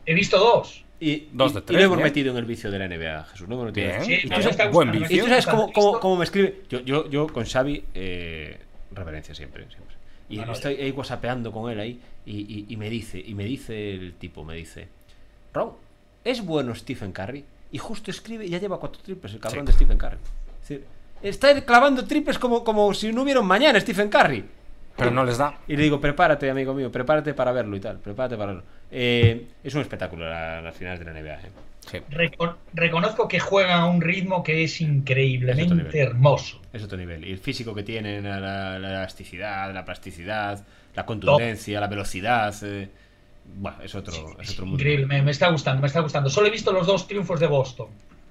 Speaker 4: He visto dos.
Speaker 2: Y,
Speaker 3: Dos de
Speaker 2: y- y
Speaker 3: tres,
Speaker 2: lo hemos
Speaker 3: bien.
Speaker 2: metido en el vicio de la NBA, Jesús. Lo hemos metido en el
Speaker 3: Bien.
Speaker 4: Sí,
Speaker 3: ¿Y
Speaker 4: me
Speaker 3: tú
Speaker 4: está
Speaker 3: sabes-
Speaker 4: gustando,
Speaker 3: buen
Speaker 4: me
Speaker 3: vicio.
Speaker 2: ¿Eh? ¿Y tú sabes cómo, cómo-
Speaker 4: Visto.
Speaker 2: cómo me escribe? Yo, yo, yo con Xavi, eh, reverencia siempre, siempre. Y
Speaker 4: No, no,
Speaker 2: estoy ahí whatsappeando con él ahí y, y- y me dice, y me dice el tipo, me dice, Ron, ¿es bueno Stephen Curry? Y justo escribe, y ya lleva cuatro triples el cabrón de Stephen Curry. Es decir, está clavando triples como, como si no hubiera un mañana Stephen Curry.
Speaker 3: Pero no les da.
Speaker 2: Y le digo, prepárate, amigo mío, prepárate para verlo y tal, prepárate para verlo. Eh, es un espectáculo la- las finales de la NBA. eh.
Speaker 3: Sí.
Speaker 4: Recon- reconozco que juegan a un ritmo que es
Speaker 2: Es otro
Speaker 4: increíblemente
Speaker 2: nivel.
Speaker 4: hermoso.
Speaker 2: Es otro nivel. Y el físico que tienen, la, la- la elasticidad, la plasticidad, la contundencia, la velocidad. eh, bueno, es otro, es otro mundo.
Speaker 4: Increíble, me, me está gustando, me está gustando. Solo he visto los dos triunfos de Boston.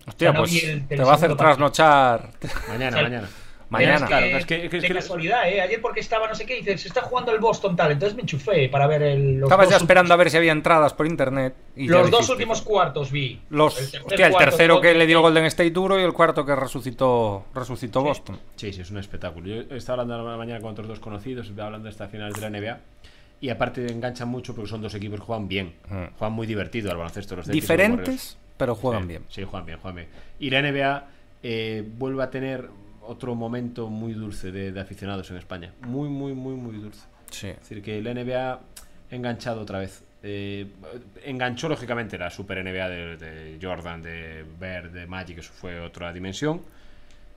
Speaker 3: Hostia,
Speaker 4: Ya no vi
Speaker 3: pues
Speaker 4: el-
Speaker 3: te
Speaker 4: el
Speaker 3: va a hacer
Speaker 4: segundo partido.
Speaker 3: trasnochar.
Speaker 2: Mañana,
Speaker 4: Sal-
Speaker 2: mañana.
Speaker 3: Mañana.
Speaker 2: Claro, es que, es que- es
Speaker 4: de
Speaker 2: que-
Speaker 4: casualidad, ¿eh? Ayer porque estaba no sé qué, dice, se está jugando el Boston tal. Entonces me enchufé para ver el, los
Speaker 3: Estabas
Speaker 4: dos
Speaker 3: ya
Speaker 4: últimos-
Speaker 3: esperando a ver si había entradas por internet. Y ya
Speaker 4: Los dos
Speaker 3: dijiste.
Speaker 4: últimos cuartos vi.
Speaker 3: Los,
Speaker 4: tercer
Speaker 3: hostia, el
Speaker 4: cuarto
Speaker 3: tercero
Speaker 4: fue-
Speaker 3: que le dio el Golden State duro y el cuarto que resucitó, resucitó Boston.
Speaker 2: Sí, sí, es un espectáculo. Yo estaba hablando la mañana con otros dos conocidos, hablando de esta final de la NBA. Y aparte enganchan mucho porque son dos equipos que juegan bien.
Speaker 3: Mm.
Speaker 2: Juegan muy divertido al baloncesto. Los Celtics y los Warriors.
Speaker 3: Diferentes, pero juegan
Speaker 2: Sí,
Speaker 3: bien.
Speaker 2: Sí, juegan bien, juegan bien. Y la NBA eh, vuelve a tener otro momento muy dulce de, de aficionados en España. Muy, muy, muy, muy dulce.
Speaker 3: Sí.
Speaker 2: Es decir, que la NBA ha enganchado otra vez. Eh, enganchó, lógicamente, la Super NBA de, de Jordan, de Bird, de Magic, eso fue otra dimensión.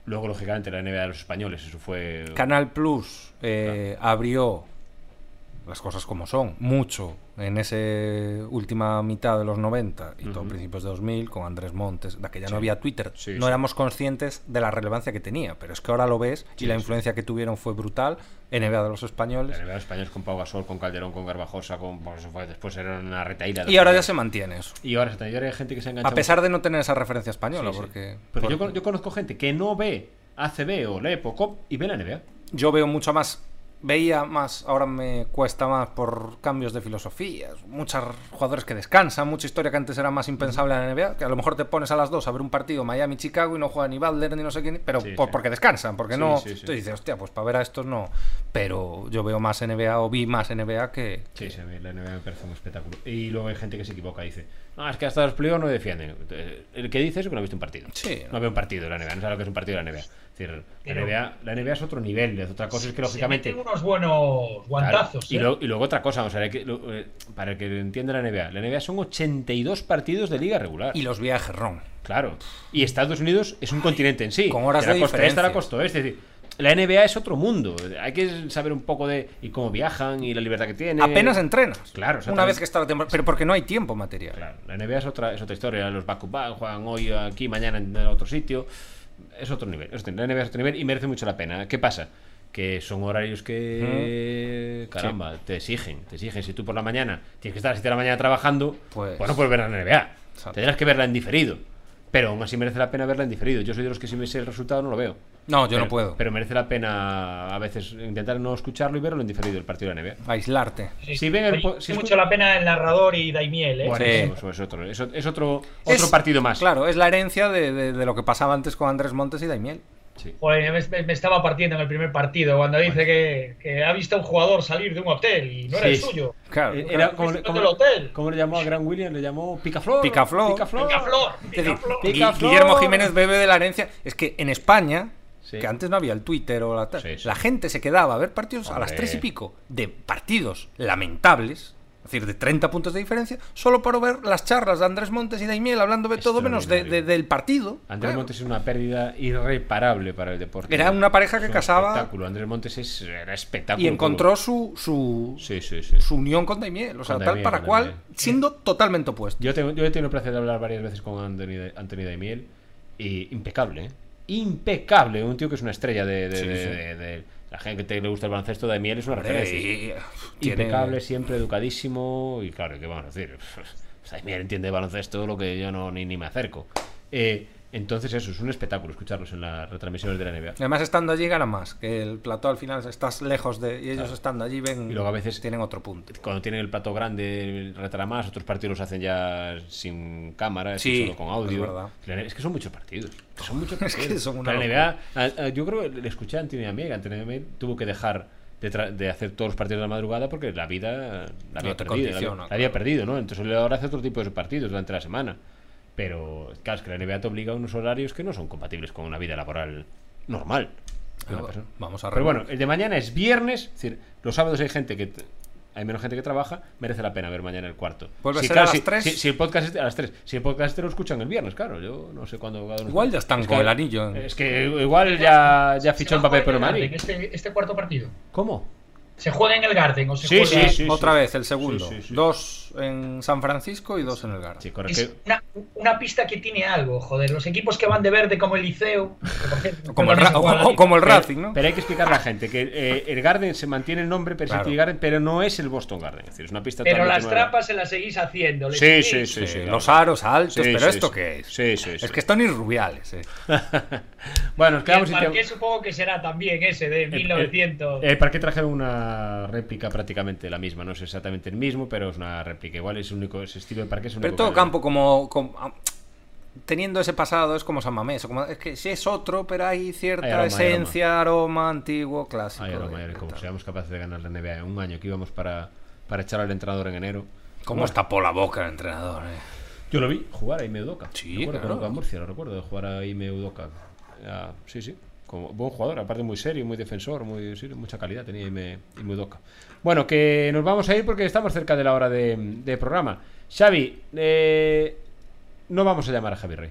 Speaker 2: Luego, lógicamente, la NBA de los españoles, eso fue...
Speaker 3: Canal Plus eh, abrió las cosas como son, mucho en esa última mitad de los 90 y todo principios de 2000 con Andrés Montes, de que ya no había Twitter.
Speaker 2: Sí,
Speaker 3: no
Speaker 2: sí.
Speaker 3: éramos conscientes de la relevancia que tenía, pero es que ahora lo ves y la influencia que tuvieron fue brutal. NBA de los
Speaker 2: La
Speaker 3: españoles.
Speaker 2: NBA de los españoles con Pau Gasol, con Calderón, con Garbajosa, con... pues, eso fue- después era una retaíla. de
Speaker 3: Y ahora ya
Speaker 2: los
Speaker 3: se mantiene eso.
Speaker 2: españoles. Y ahora se está- y ahora hay gente que se engancha
Speaker 3: A pesar de no tener esa referencia española,
Speaker 2: Sí, sí.
Speaker 3: porque,
Speaker 2: Porque yo,
Speaker 3: por-
Speaker 2: con- yo conozco gente que no ve ACB o LEP o COP y ve la NBA.
Speaker 3: yo veo mucho más veía más, ahora me cuesta más por cambios de filosofías, muchos jugadores que descansan, mucha historia que antes era más impensable en la NBA, que a lo mejor te pones a las dos a ver un partido Miami-Chicago y no juega ni Butler ni no sé quién, pero
Speaker 2: Sí,
Speaker 3: por-
Speaker 2: sí.
Speaker 3: porque descansan, porque
Speaker 2: Sí,
Speaker 3: no...
Speaker 2: sí, sí.
Speaker 3: Entonces dices, hostia, pues para ver a estos no, pero yo veo más NBA o vi más NBA que...
Speaker 2: Sí, sí, a mí la NBA me parece un espectáculo. Y luego hay gente que se equivoca, dice, no, es que hasta los playoffs no defienden. Eh, El que dice eso que no ha visto un partido.
Speaker 3: Sí.
Speaker 2: No ve un partido de la NBA, no sabe lo que es un partido de la NBA. Es decir, la
Speaker 4: Pero-
Speaker 2: NBA, la NBA es otro nivel, es otra cosa, es que lógicamente...
Speaker 4: Tienen unos buenos
Speaker 2: Claro,
Speaker 4: guantazos.
Speaker 2: y,
Speaker 4: ¿eh?
Speaker 2: lo- y luego otra cosa, o sea, hay que- lo- eh, para el que entienda la NBA, la NBA son 82 partidos de liga regular.
Speaker 3: Y los vi a Gerrón.
Speaker 2: Claro. Y Estados Unidos es un continente en sí.
Speaker 3: con horas
Speaker 2: la
Speaker 3: de
Speaker 2: costa este a la
Speaker 3: diferencia.
Speaker 2: costa oeste. Es decir, la NBA es otro mundo. Hay que saber un poco de y cómo viajan y la libertad que tienen.
Speaker 3: Apenas entrenas.
Speaker 2: Claro,
Speaker 3: Una
Speaker 2: exactamente.
Speaker 3: vez que está la temporada, pero porque no hay tiempo material.
Speaker 2: Claro, la NBA es otra, es otra historia. Los back back juegan hoy aquí, mañana en el otro sitio. Es otro nivel. Es decir, La NBA es otro nivel y merece mucho la pena. ¿Qué pasa? Que son horarios que. Caramba, te exigen. Te exigen. Si tú por la mañana tienes que estar a las 7 de la mañana trabajando,
Speaker 3: Pues-
Speaker 2: pues, no puedes ver la NBA.
Speaker 3: Exacto.
Speaker 2: Tendrás que verla en diferido. Pero aún así merece la pena verla en diferido. Yo soy de los que si me sé el resultado no lo veo.
Speaker 3: No, yo
Speaker 2: Pero-
Speaker 3: no puedo.
Speaker 2: Pero merece la pena a veces intentar no escucharlo y verlo en diferido el partido de la NBA.
Speaker 3: Aislarte.
Speaker 4: Sí,
Speaker 2: si ven el
Speaker 4: oye,
Speaker 2: po- si
Speaker 4: hace mucho
Speaker 2: escu-
Speaker 4: la pena el narrador y Daimiel, ¿eh?
Speaker 2: Buenísimo, eso es otro, es, es otro, otro
Speaker 3: Es-
Speaker 2: partido más.
Speaker 3: Claro, es la herencia de, de- de lo que pasaba antes con Andrés Montes y Daimiel.
Speaker 2: Sí.
Speaker 4: Joder, me, me estaba partiendo en el primer partido cuando dice que, que ha visto a un jugador salir de un hotel y no era el
Speaker 2: Sí.
Speaker 4: suyo.
Speaker 3: Claro.
Speaker 2: Eh, Era como,
Speaker 4: Visitante
Speaker 2: como-
Speaker 4: del hotel.
Speaker 2: ¿cómo le llamó a Gran William? Le llamó Picaflor.
Speaker 3: Picaflor.
Speaker 2: Picaflor.
Speaker 4: Venga, Flor.
Speaker 3: Es
Speaker 4: venga,
Speaker 3: decir,
Speaker 4: Flor.
Speaker 3: Gui-
Speaker 2: Picaflor.
Speaker 3: Guillermo Jiménez bebe de la herencia. Es que en España,
Speaker 2: Sí.
Speaker 3: que antes no había el Twitter o la tal,
Speaker 2: Sí, sí.
Speaker 3: la gente se quedaba a ver partidos a las
Speaker 2: Hombre.
Speaker 3: tres y pico de partidos lamentables. Es decir, de 30 puntos de diferencia, solo para ver las charlas de Andrés Montes y Daimiel hablando de todo menos de- de-
Speaker 2: Extraordinario.
Speaker 3: del partido.
Speaker 2: Andrés
Speaker 3: Claro.
Speaker 2: Montes es una pérdida irreparable para el deporte.
Speaker 3: Era una pareja que
Speaker 2: Es un
Speaker 3: casaba-
Speaker 2: Espectáculo. Andrés Montes es- era espectáculo.
Speaker 3: Y encontró su, su,
Speaker 2: Sí, sí, sí.
Speaker 3: su unión con Daimiel. O sea,
Speaker 2: Con
Speaker 3: tal
Speaker 2: Daimiel,
Speaker 3: para
Speaker 2: con
Speaker 3: cual,
Speaker 2: Daimiel.
Speaker 3: siendo totalmente opuesto.
Speaker 2: Yo, tengo, yo he tenido el placer de hablar varias veces con Anthony, Anthony Daimiel. Y impecable, ¿eh? Impecable. Un tío que es una estrella de, de- de- de- de- la gente que le gusta el baloncesto. Daimiel es una referencia.
Speaker 3: Eh, tiene-
Speaker 2: Impecable, siempre educadísimo. Y claro, ¿qué vamos a decir? O sea, mira, entiende de baloncesto lo que yo no ni, ni me acerco. Eh, entonces, eso es un espectáculo escucharlos en las retransmisiones de la NBA.
Speaker 3: Además, estando allí gana más. Que el plató al final estás lejos de. Y ellos estando allí ven.
Speaker 2: Y luego a veces-
Speaker 3: Tienen otro punto.
Speaker 2: Cuando tienen el plato grande, retará más. Otros partidos los hacen ya sin cámara, es
Speaker 3: Sí,
Speaker 2: decir, solo con
Speaker 3: es
Speaker 2: audio.
Speaker 3: verdad.
Speaker 2: La NBA Es, que son muchos partidos. Son muchos
Speaker 3: Es
Speaker 2: partidos.
Speaker 3: que son una
Speaker 2: la NBA, a- a- yo creo que le escuché a Anthony Amiga. Anthony Amiga tuvo que dejar de, tra- de hacer todos los partidos de la madrugada porque la vida la había, perdido, la había-
Speaker 3: te condiciona,
Speaker 2: la había perdido, ¿no? Entonces él ahora hace otro tipo de partidos durante la semana. Pero claro, es que la NBA te obliga a unos horarios que no son compatibles con una vida laboral normal. de una persona.
Speaker 3: Vamos a
Speaker 2: Pero bueno, el de mañana es viernes, es decir, los sábados hay gente que t- hay menos gente que trabaja, merece la pena ver mañana el cuarto.
Speaker 3: Vuelve a
Speaker 2: si,
Speaker 3: ser a las
Speaker 2: si,
Speaker 3: tres.
Speaker 2: Si, si el podcast es a las 3, si el podcast este lo escuchan el viernes, claro, yo no sé cuándo cada uno-
Speaker 3: Igual ya están
Speaker 2: Es
Speaker 3: con
Speaker 2: que-
Speaker 3: el anillo, ¿eh?
Speaker 2: Es que igual ya, ya fichó
Speaker 4: Se
Speaker 2: el
Speaker 4: va a
Speaker 2: papel por el
Speaker 4: jugar en
Speaker 2: Madrid.
Speaker 4: Garden, Este, este cuarto partido.
Speaker 2: ¿Cómo?
Speaker 4: ¿Se juega en el Garden o se
Speaker 2: Sí,
Speaker 4: juega
Speaker 2: sí, sí.
Speaker 3: Otra vez, el segundo.
Speaker 2: Sí, sí, sí.
Speaker 3: Dos en San Francisco y dos en el Garden.
Speaker 2: Sí, correcto.
Speaker 4: Es una, una pista que tiene algo, joder. Los equipos que van de verde como el Liceo. que por cierto,
Speaker 3: O Como el,
Speaker 4: no se
Speaker 3: Ra-
Speaker 4: juega
Speaker 3: o-
Speaker 4: nadie.
Speaker 3: o como el
Speaker 2: Pero-
Speaker 3: Racing, ¿no?
Speaker 2: Pero hay que explicarle a la gente que eh, el Garden se mantiene el nombre, pero es el
Speaker 3: Claro.
Speaker 2: City Garden, pero no es el Boston Garden. Es decir, es una pista
Speaker 4: Pero
Speaker 2: totalmente
Speaker 4: las
Speaker 2: nueva.
Speaker 4: trampas se las seguís haciendo. les
Speaker 2: Sí,
Speaker 4: seguís.
Speaker 2: sí, sí.
Speaker 3: Sí,
Speaker 2: sí,
Speaker 3: los
Speaker 2: claro.
Speaker 3: aros altos,
Speaker 2: Sí,
Speaker 3: pero
Speaker 2: sí,
Speaker 3: ¿esto
Speaker 2: sí.
Speaker 3: qué es?
Speaker 2: Sí, sí, sí.
Speaker 3: Es que están irrubiales. eh.
Speaker 2: Bueno, nos
Speaker 4: Y El
Speaker 2: quedamos sin tiempo.
Speaker 4: parqué supongo que será también ese de
Speaker 2: El- el-
Speaker 4: 1900.
Speaker 2: eh, El parque trajeron una réplica prácticamente la misma, no es exactamente el mismo, pero es una réplica. Igual es único, ese estilo de parque es el
Speaker 3: Pero
Speaker 2: único
Speaker 3: todo
Speaker 2: que-
Speaker 3: campo como, como- ah, teniendo ese pasado es como San Mamés, o como- es que sí es otro, pero hay cierta
Speaker 2: Hay aroma, hay
Speaker 3: esencia, aroma. antiguo, clásico.
Speaker 2: Ay, ahora,
Speaker 3: de-
Speaker 2: madre,
Speaker 3: de
Speaker 2: como
Speaker 3: tal.
Speaker 2: seamos capaces de ganar la NBA en un año que íbamos para, para echar al entrenador en enero.
Speaker 3: ¿Cómo está por la boca el entrenador? eh?
Speaker 2: Yo lo vi jugar a Ime Udoka.
Speaker 3: Sí,
Speaker 2: Recuerdo
Speaker 3: claro.
Speaker 2: que no, a Murcia, lo recuerdo, de jugar a Ime Udoka. Ah, sí, sí. Como buen jugador, aparte muy serio, muy defensor, muy sí, mucha calidad tenía Ime, Ime Udoka. Bueno, que nos vamos a ir porque estamos cerca de la hora de, de programa. Xavi, eh, no vamos a llamar a Javi Rey.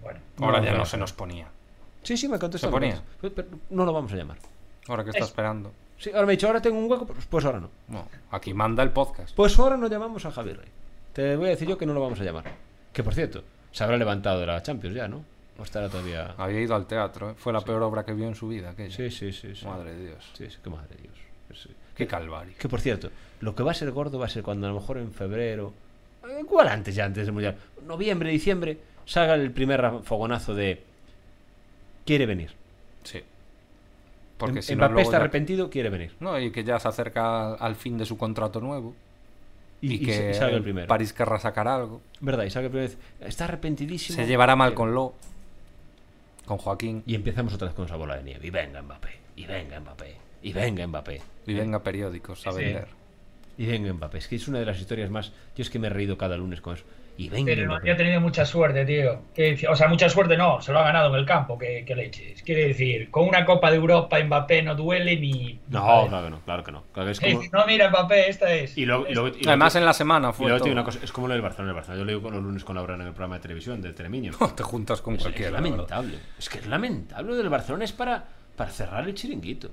Speaker 4: Bueno,
Speaker 3: Ahora
Speaker 2: No,
Speaker 3: ya
Speaker 2: claro.
Speaker 3: no se nos ponía.
Speaker 2: Sí, sí, me contestó.
Speaker 3: Se ponía.
Speaker 2: Pero- pero no lo vamos a llamar.
Speaker 3: Ahora que está
Speaker 4: Es-
Speaker 3: esperando.
Speaker 2: Sí, ahora me he dicho, ahora tengo un hueco, pues, pues ahora no.
Speaker 3: No, aquí manda el podcast.
Speaker 2: Pues ahora no llamamos a Javier Rey. Te voy a decir yo que no lo vamos a llamar. Que por cierto, se habrá levantado de la Champions ya, ¿no? O estará todavía.
Speaker 3: Había ido al teatro, eh. fue la peor obra que vio en su vida. aquella.
Speaker 2: Sí, sí, sí. sí.
Speaker 3: Madre de Dios.
Speaker 2: Sí, sí, qué madre de Dios. Sí.
Speaker 3: Qué calvario.
Speaker 2: Que por cierto, lo que va a ser gordo va a ser cuando a lo mejor en febrero, eh, igual antes ya, antes del mundial, noviembre, diciembre, salga el primer ra- fogonazo de. Quiere venir.
Speaker 3: Sí. Porque
Speaker 2: Em-
Speaker 3: si no,
Speaker 2: Mbappé
Speaker 3: luego
Speaker 2: está
Speaker 3: ya-
Speaker 2: arrepentido, quiere venir.
Speaker 3: No, y que ya se acerca al- al fin de su contrato nuevo.
Speaker 2: Y, y
Speaker 3: que
Speaker 2: se- y salga el primero.
Speaker 3: París querrá sacar algo.
Speaker 2: ¿Verdad? Y salga el primero. Está arrepentidísimo. Eh,
Speaker 3: Se llevará mal con Lo. Con Joaquín.
Speaker 2: Y empezamos otra vez con esa bola de nieve. Y venga Mbappé. Y venga Mbappé. Y venga Mbappé.
Speaker 3: Y venga periódicos a
Speaker 2: Sí.
Speaker 3: vender.
Speaker 2: Y venga Mbappé. Es que es una de las historias más. Yo es que me he reído cada lunes con eso. Y venga
Speaker 4: Pero no
Speaker 2: Mbappé.
Speaker 4: había tenido mucha suerte, tío. Que- o sea, mucha suerte no, se lo ha ganado en el campo, que, que leches. Quiere decir, con una Copa de Europa Mbappé no duele ni...
Speaker 2: No, claro que no, claro que no. Claro que es
Speaker 4: Es
Speaker 2: como-
Speaker 4: decir, no, mira, Mbappé, esta es.
Speaker 2: Y luego, y luego- y
Speaker 3: Además,
Speaker 2: luego-
Speaker 3: en la semana
Speaker 2: y
Speaker 3: fue.
Speaker 2: luego te
Speaker 3: todo.
Speaker 2: digo una cosa, es como lo del Barcelona. El Barcelona, yo lo digo con los lunes con Laura en el programa de televisión de Tremiño.
Speaker 3: Te juntas con
Speaker 2: Es- Pues es,
Speaker 3: cualquiera. la verdad.
Speaker 2: lamentable. Es que es lamentable lo del Barcelona es para, para cerrar el chiringuito.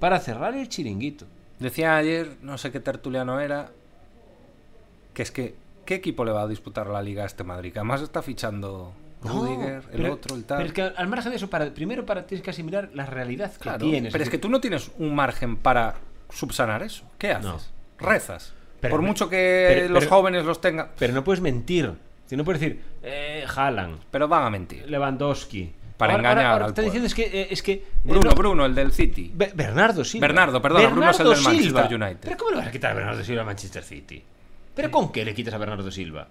Speaker 2: Para cerrar el chiringuito.
Speaker 3: Decía ayer, no sé qué tertuliano era, que es que, ¿qué equipo le va a disputar la liga a este Madrid? Que además está fichando
Speaker 2: No,
Speaker 3: Rudiger, el
Speaker 2: pero-
Speaker 3: otro, el tal.
Speaker 2: Pero es que al margen de eso, para, primero para tienes que asimilar la realidad que
Speaker 3: Claro,
Speaker 2: tienes.
Speaker 3: pero es que tú no tienes un margen para subsanar eso. ¿Qué haces?
Speaker 2: No.
Speaker 3: Rezas.
Speaker 2: Pero-
Speaker 3: Por mucho que
Speaker 2: pero-
Speaker 3: los
Speaker 2: pero-
Speaker 3: jóvenes los tengan.
Speaker 2: Pero no puedes mentir. Si No puedes decir, eh, Haaland,
Speaker 3: Pero van a mentir.
Speaker 2: Lewandowski.
Speaker 3: Para
Speaker 2: Ahora-
Speaker 3: engañar
Speaker 2: ahora- ahora
Speaker 3: al
Speaker 2: te
Speaker 3: pueblo.
Speaker 2: diciendo es que, eh, es que eh,
Speaker 3: Bruno,
Speaker 2: no-
Speaker 3: Bruno, el del City.
Speaker 2: Be- Bernardo Silva.
Speaker 3: Bernardo, perdona, Bruno es el del Manchester United.
Speaker 2: Pero ¿cómo le vas a quitar a Bernardo Silva al Manchester City? ¿Pero con qué le quitas a Bernardo Silva?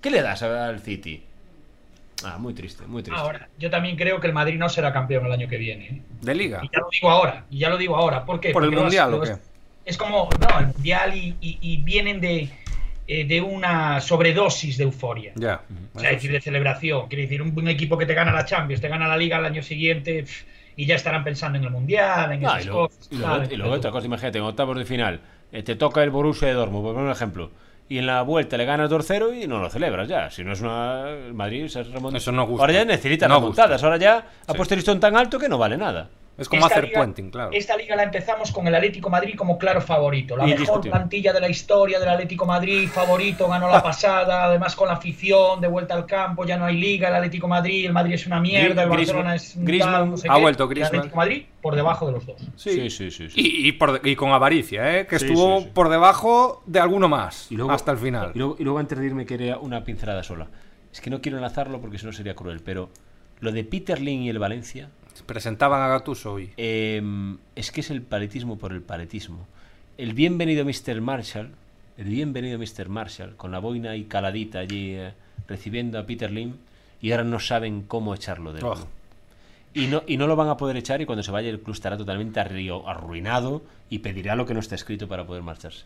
Speaker 2: ¿Qué le das a- al City? Ah, muy triste, muy triste.
Speaker 4: Ahora, yo también creo que el Madrid no será campeón el año que viene. ¿eh?
Speaker 3: De liga.
Speaker 4: Y ya lo digo ahora, y ya lo digo ahora. ¿Por qué?
Speaker 3: ¿Por el
Speaker 4: Porque vas-
Speaker 3: Mundial o
Speaker 4: vas-
Speaker 3: qué?
Speaker 4: Es como, no, el Mundial y, y- y vienen de, eh, de una sobredosis de euforia.
Speaker 3: Ya.
Speaker 4: O sea, es decir, de celebración. Quiere decir, un, un equipo que te gana la Champions, te gana la Liga al año siguiente pf, y ya estarán pensando en el Mundial, en
Speaker 2: Ah, y
Speaker 4: esas
Speaker 2: luego,
Speaker 4: cosas.
Speaker 2: y luego-
Speaker 4: tal,
Speaker 2: y luego otra cosa, imagínate, en octavos de final eh, te toca el Borussia de Dortmund, por poner un ejemplo, y en la vuelta le ganas 2-0 y no lo celebras ya. Si no es una el Madrid, se remonta.
Speaker 3: Eso no gusta.
Speaker 2: Ahora ya necesitas
Speaker 3: No
Speaker 2: remontadas,
Speaker 3: gusta.
Speaker 2: ahora ya ha puesto el listón tan alto que no vale nada.
Speaker 3: Es como
Speaker 4: Esta
Speaker 3: hacer
Speaker 4: liga-
Speaker 3: puenting, claro.
Speaker 4: Esta liga la empezamos con el Atlético Madrid como claro favorito. La mejor
Speaker 2: Indiscutible.
Speaker 4: plantilla de la historia del Atlético Madrid, favorito, ganó la pasada, además con la afición, de vuelta al campo, ya no hay liga, el Atlético Madrid, el Madrid es una mierda, el
Speaker 2: Gri-
Speaker 4: Barcelona
Speaker 2: Griezmann-
Speaker 4: es un
Speaker 2: Griezmann
Speaker 4: tal, no sé
Speaker 3: ha
Speaker 4: qué.
Speaker 3: vuelto
Speaker 4: El
Speaker 3: Griezmann.
Speaker 4: Atlético Madrid por debajo de los dos.
Speaker 2: Sí, sí, sí. sí.
Speaker 3: Y, y por de- y con avaricia, ¿eh? que
Speaker 2: Sí,
Speaker 3: estuvo
Speaker 2: sí, sí.
Speaker 3: por debajo de alguno más
Speaker 2: Y luego-
Speaker 3: hasta el final.
Speaker 2: Y luego, y luego antes de irme quería una pincelada sola. Es que no quiero enlazarlo porque si no sería cruel, pero lo de Peter Lin y el Valencia
Speaker 3: Presentaban a Gatuso hoy.
Speaker 2: eh, es que es el paletismo por el paletismo. El bienvenido Mr. Marshall, el bienvenido Mr. Marshall, con la boina y caladita allí eh, recibiendo a Peter Lin y ahora no saben cómo echarlo del
Speaker 3: Oh.
Speaker 2: club. Y no, y no lo van a poder echar y cuando se vaya el club estará totalmente arrio- arruinado y pedirá lo que no está escrito para poder marcharse.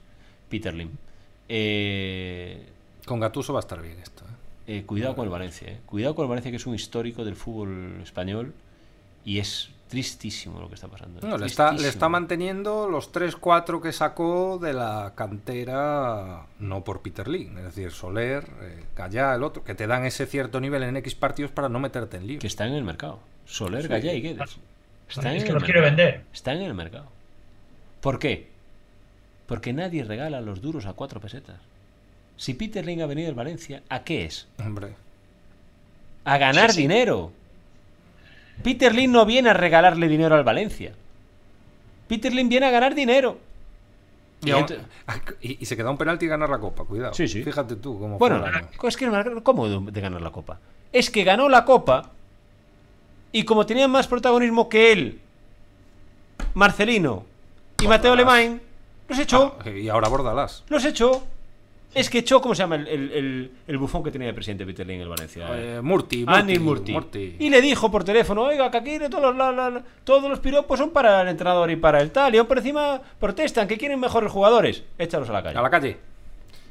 Speaker 2: Peter Lim. Eh,
Speaker 3: Con Gatuso va a estar bien esto. ¿eh?
Speaker 2: eh, cuidado con el Valencia, eh. cuidado con el Valencia que es un histórico del fútbol español y es tristísimo lo que está pasando. eh.
Speaker 3: No, le, está, le está
Speaker 2: Tristísimo.
Speaker 3: manteniendo los 3-4 que sacó de la cantera, no por Peter Lee, es decir, Soler, eh, Gallá, el otro, que te dan ese cierto nivel en X partidos para no meterte en lío.
Speaker 2: Que está en el mercado. Soler,
Speaker 3: Sí.
Speaker 2: Gallá y Guedes. Están
Speaker 4: Ah,
Speaker 2: en
Speaker 4: Es que
Speaker 2: el
Speaker 4: los quiere
Speaker 2: mercado.
Speaker 4: vender.
Speaker 2: Están en el mercado. ¿Por qué? Porque nadie regala los duros a cuatro pesetas. Si Peter Lim ha venido al Valencia, ¿a qué es?
Speaker 3: Hombre,
Speaker 2: a ganar
Speaker 4: Sí, sí.
Speaker 2: dinero. Peter Lin no viene a regalarle dinero al Valencia. Peter Lin viene a ganar dinero.
Speaker 3: Y,
Speaker 2: Y
Speaker 3: aún-
Speaker 2: ent-
Speaker 3: y- y se queda un penalti y ganar la copa, cuidado.
Speaker 2: Sí, sí.
Speaker 3: Fíjate tú cómo fue
Speaker 2: Bueno,
Speaker 3: el año.
Speaker 2: es que no- ¿cómo de, de ganar la copa? Es que ganó la copa y como tenían más protagonismo que él, Marcelino y Mateo Alemán, los echó.
Speaker 3: Ah, y ahora Bordalás.
Speaker 2: Los echó. Es que echó, ¿cómo se llama? El, el- el- el bufón que tenía de presidente Peter Lin en el Valencia.
Speaker 3: Eh, Murti,
Speaker 2: Anil Murti. Y le dijo por teléfono, oiga, que aquí todos los, la- la- todos los piropos son para el entrenador y para el tal. Y aún por encima protestan que quieren mejores jugadores. Échalos a la calle.
Speaker 3: A la calle.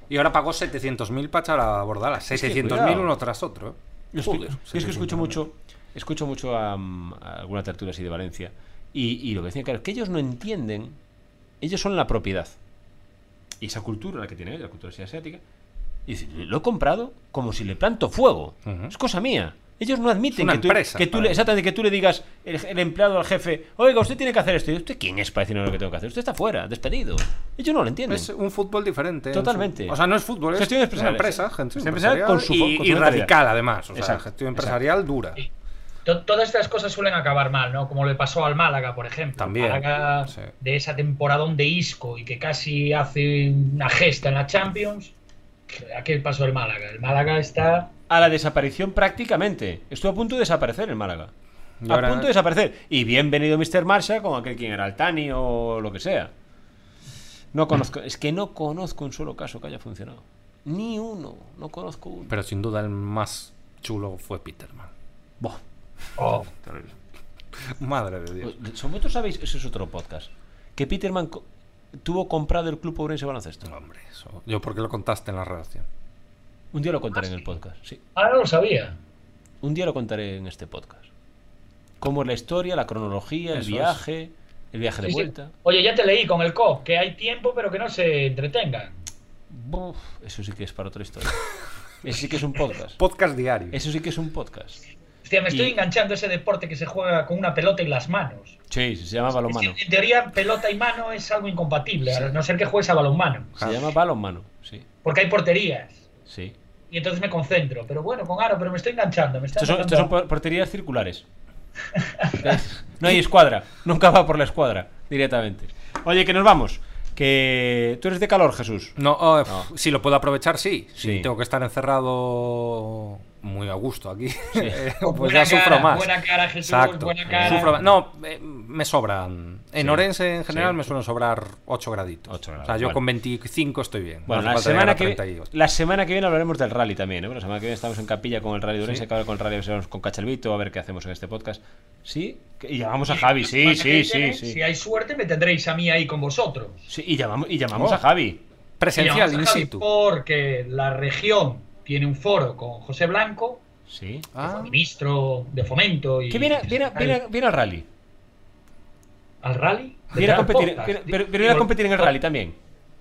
Speaker 3: Y ahora pagó 700.000 para echar a Bordalás.
Speaker 2: Es que
Speaker 3: 700.000
Speaker 2: cuidado.
Speaker 3: uno tras otro. ¿eh?
Speaker 2: Yo
Speaker 3: Joder,
Speaker 2: escu- yo es que escucho mucho, escucho mucho a, mm, a alguna tertulia así de Valencia. Y, y lo que decían, claro, es que ellos no entienden. Ellos son la propiedad. Y esa cultura, la que tienen ellos, la cultura así asiática. Y dice, lo he comprado como si le planto fuego.
Speaker 3: Ujú.
Speaker 2: Es cosa mía. Ellos no admiten
Speaker 3: una
Speaker 2: que, tú,
Speaker 3: empresa,
Speaker 2: que, tú
Speaker 3: para
Speaker 2: le,
Speaker 3: ellos.
Speaker 2: exactamente, que tú le digas el, el empleado al jefe, oiga, usted tiene que hacer esto. Y usted, ¿quién es para decirme lo que tengo que hacer? Usted está fuera, despedido. Ellos no lo entienden.
Speaker 3: Es un fútbol diferente. en su-
Speaker 2: Totalmente.
Speaker 3: O sea, no es fútbol, es
Speaker 2: Gestión
Speaker 3: una
Speaker 2: empresarial.
Speaker 3: empresa, gestión
Speaker 2: Gestión empresarial con su fo-
Speaker 3: y,
Speaker 2: con
Speaker 3: y
Speaker 2: su mentalidad.
Speaker 3: radical, además. O sea,
Speaker 2: Exacto,
Speaker 3: gestión
Speaker 2: exacto.
Speaker 3: empresarial dura.
Speaker 4: Sí. To- Todas estas cosas suelen acabar mal, ¿no? Como le pasó al Málaga, por ejemplo.
Speaker 3: También,
Speaker 4: Málaga
Speaker 3: sí.
Speaker 4: de esa temporada de Isco y que casi hace una gesta en la Champions. ¿A qué pasó el Málaga? El Málaga está.
Speaker 2: A la desaparición prácticamente. Estuvo a punto de desaparecer el Málaga.
Speaker 6: Y
Speaker 2: a
Speaker 6: ahora-
Speaker 2: punto de desaparecer. Y bienvenido Mr. Marshall con aquel quien era el Tani o lo que sea. No conozco, es que no conozco un solo caso que haya funcionado. Ni uno, no conozco uno.
Speaker 6: Pero sin duda el más chulo fue Peterman.
Speaker 2: Buah.
Speaker 4: Oh,
Speaker 6: Madre de Dios.
Speaker 2: Sobre todo sabéis, eso es otro podcast, que Peterman co- tuvo comprado el club Ourense Baloncesto.
Speaker 6: Hombre, eso. Yo porque lo contaste en la redacción.
Speaker 2: Un día lo contaré en el podcast, sí.
Speaker 4: ah, no lo sabía.
Speaker 2: Un día lo contaré en este podcast. Cómo es la historia, la cronología, el
Speaker 6: Eso es.
Speaker 2: viaje, el viaje de
Speaker 4: Sí, sí.
Speaker 2: vuelta.
Speaker 4: Oye, ya te leí con el COP, que hay tiempo, pero que no se entretengan.
Speaker 2: Buf, eso sí que es para otra historia. Eso sí que es un podcast.
Speaker 6: Podcast diario.
Speaker 2: Eso sí que es un podcast.
Speaker 4: Hostia, me estoy
Speaker 2: Y-
Speaker 4: enganchando a ese deporte que se juega con una pelota en las manos.
Speaker 2: Sí, se llama balonmano.
Speaker 4: En teoría, pelota y mano es algo incompatible, a no ser que juegues a balonmano,
Speaker 2: Se llama balonmano, sí.
Speaker 4: porque hay porterías.
Speaker 2: sí.
Speaker 4: Y entonces me concentro. Pero bueno, con aro, pero me estoy enganchando. Me está
Speaker 2: Estos son, estos son
Speaker 4: enganchando.
Speaker 2: por- porterías circulares. No hay escuadra. Nunca va por la escuadra directamente. Oye, que nos vamos. Que tú eres de calor, Jesús.
Speaker 6: No, oh, eh, pf, si lo puedo aprovechar, sí. Si
Speaker 2: Sí.
Speaker 6: tengo que estar encerrado muy a gusto aquí, eh, pues
Speaker 4: Buena
Speaker 6: ya sufro
Speaker 4: cara,
Speaker 6: más.
Speaker 4: buena cara, Jesús, buena cara.
Speaker 6: Sufro más. No, eh, me sobran. En
Speaker 2: Sí.
Speaker 6: Orense en general
Speaker 2: Sí.
Speaker 6: me suelen sobrar 8 graditos.
Speaker 2: Ocho grados,
Speaker 6: o sea, yo
Speaker 2: vale.
Speaker 6: con 25 estoy bien.
Speaker 2: Bueno,
Speaker 6: No
Speaker 2: la
Speaker 6: hace falta llegar
Speaker 2: semana,
Speaker 6: a
Speaker 2: que,
Speaker 6: 38.
Speaker 2: la semana que viene hablaremos del rally también. ¿eh? Bueno, La semana que viene estamos en Capilla con el rally de Orense, que ahora con el rally seremos con Cachalvito, a ver qué hacemos en este podcast. ¿Sí? que- Y llamamos a Javi, sí,
Speaker 4: Semana que
Speaker 2: sí, sí.
Speaker 4: viene,
Speaker 2: sí.
Speaker 4: Si hay suerte, me tendréis a mí ahí con vosotros.
Speaker 2: Sí, y llamamos, y llamamos
Speaker 6: Oh.
Speaker 2: a Javi.
Speaker 6: Presencial,
Speaker 4: Y
Speaker 6: in
Speaker 4: vamos a Javi
Speaker 6: situ.
Speaker 4: Porque la región tiene un foro con José Blanco,
Speaker 2: Sí.
Speaker 6: Ah,
Speaker 4: ministro de Fomento. Y
Speaker 2: Que viene, viene, viene, viene al rally.
Speaker 4: al rally.
Speaker 2: Viene a competir,
Speaker 4: Podcast.
Speaker 2: viene- pero- pero viene a competir en el rally también.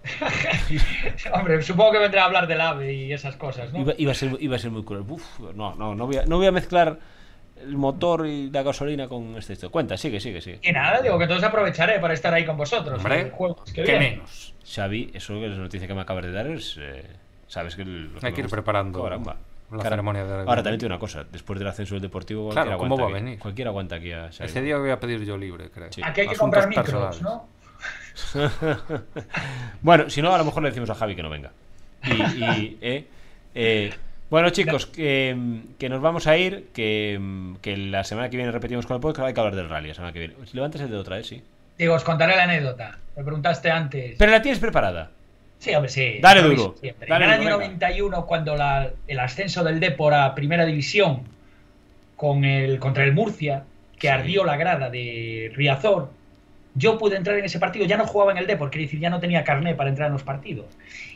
Speaker 4: Hombre, supongo que vendrá a hablar del AVE y esas cosas, ¿no?
Speaker 2: Iba, iba a ser, iba a ser muy cruel. Uf, no, no, no voy, a, no voy a mezclar el motor y la gasolina con este esto. Cuenta, sigue, sigue, sigue.
Speaker 4: Y nada, digo que entonces aprovecharé para estar ahí con vosotros.
Speaker 6: Hombre,
Speaker 4: en los juegos que
Speaker 6: qué
Speaker 4: vienen.
Speaker 6: menos.
Speaker 2: Xavi, eso que es la noticia que me acabas de dar es. eh, sabes que. el- lo
Speaker 6: Hay
Speaker 2: me
Speaker 6: que ir
Speaker 2: gusta.
Speaker 6: preparando
Speaker 2: Caramba.
Speaker 6: la
Speaker 2: Cara-
Speaker 6: ceremonia de-
Speaker 2: Ahora también tiene una cosa. Después del ascenso del Deportivo, cualquiera
Speaker 6: Claro,
Speaker 2: aguanta
Speaker 6: ¿cómo va a
Speaker 2: aquí-
Speaker 6: venir?
Speaker 2: Cualquiera aguanta aquí a Xavi.
Speaker 6: Ese día voy a pedir yo libre, creo.
Speaker 2: Sí.
Speaker 4: Aquí hay que
Speaker 6: Asuntos
Speaker 4: comprar micros,
Speaker 6: personales.
Speaker 4: ¿no?
Speaker 2: Bueno, si no, a lo mejor le decimos a Javi que no venga. Y, y, eh, eh, bueno, chicos, que, mm, que nos vamos a ir. Que, mm, que la semana que viene repetimos con el podcast. Hay que hablar del rally la semana que viene. Levantas el dedo otra vez, sí.
Speaker 4: Digo, os contaré la anécdota. Me preguntaste antes.
Speaker 2: Pero la tienes preparada.
Speaker 4: Sí, hombre, sí.
Speaker 2: Dale
Speaker 4: Lo
Speaker 2: duro.
Speaker 4: hice siempre.
Speaker 2: Dale
Speaker 4: en el
Speaker 2: duro,
Speaker 4: año
Speaker 2: venga.
Speaker 4: 91, cuando la- el ascenso del Depor a Primera División con el, contra el Murcia, que ardió la grada de Riazor, yo pude entrar en ese partido. Ya no jugaba en el Depor, quiere decir, ya no tenía carné para entrar en los partidos.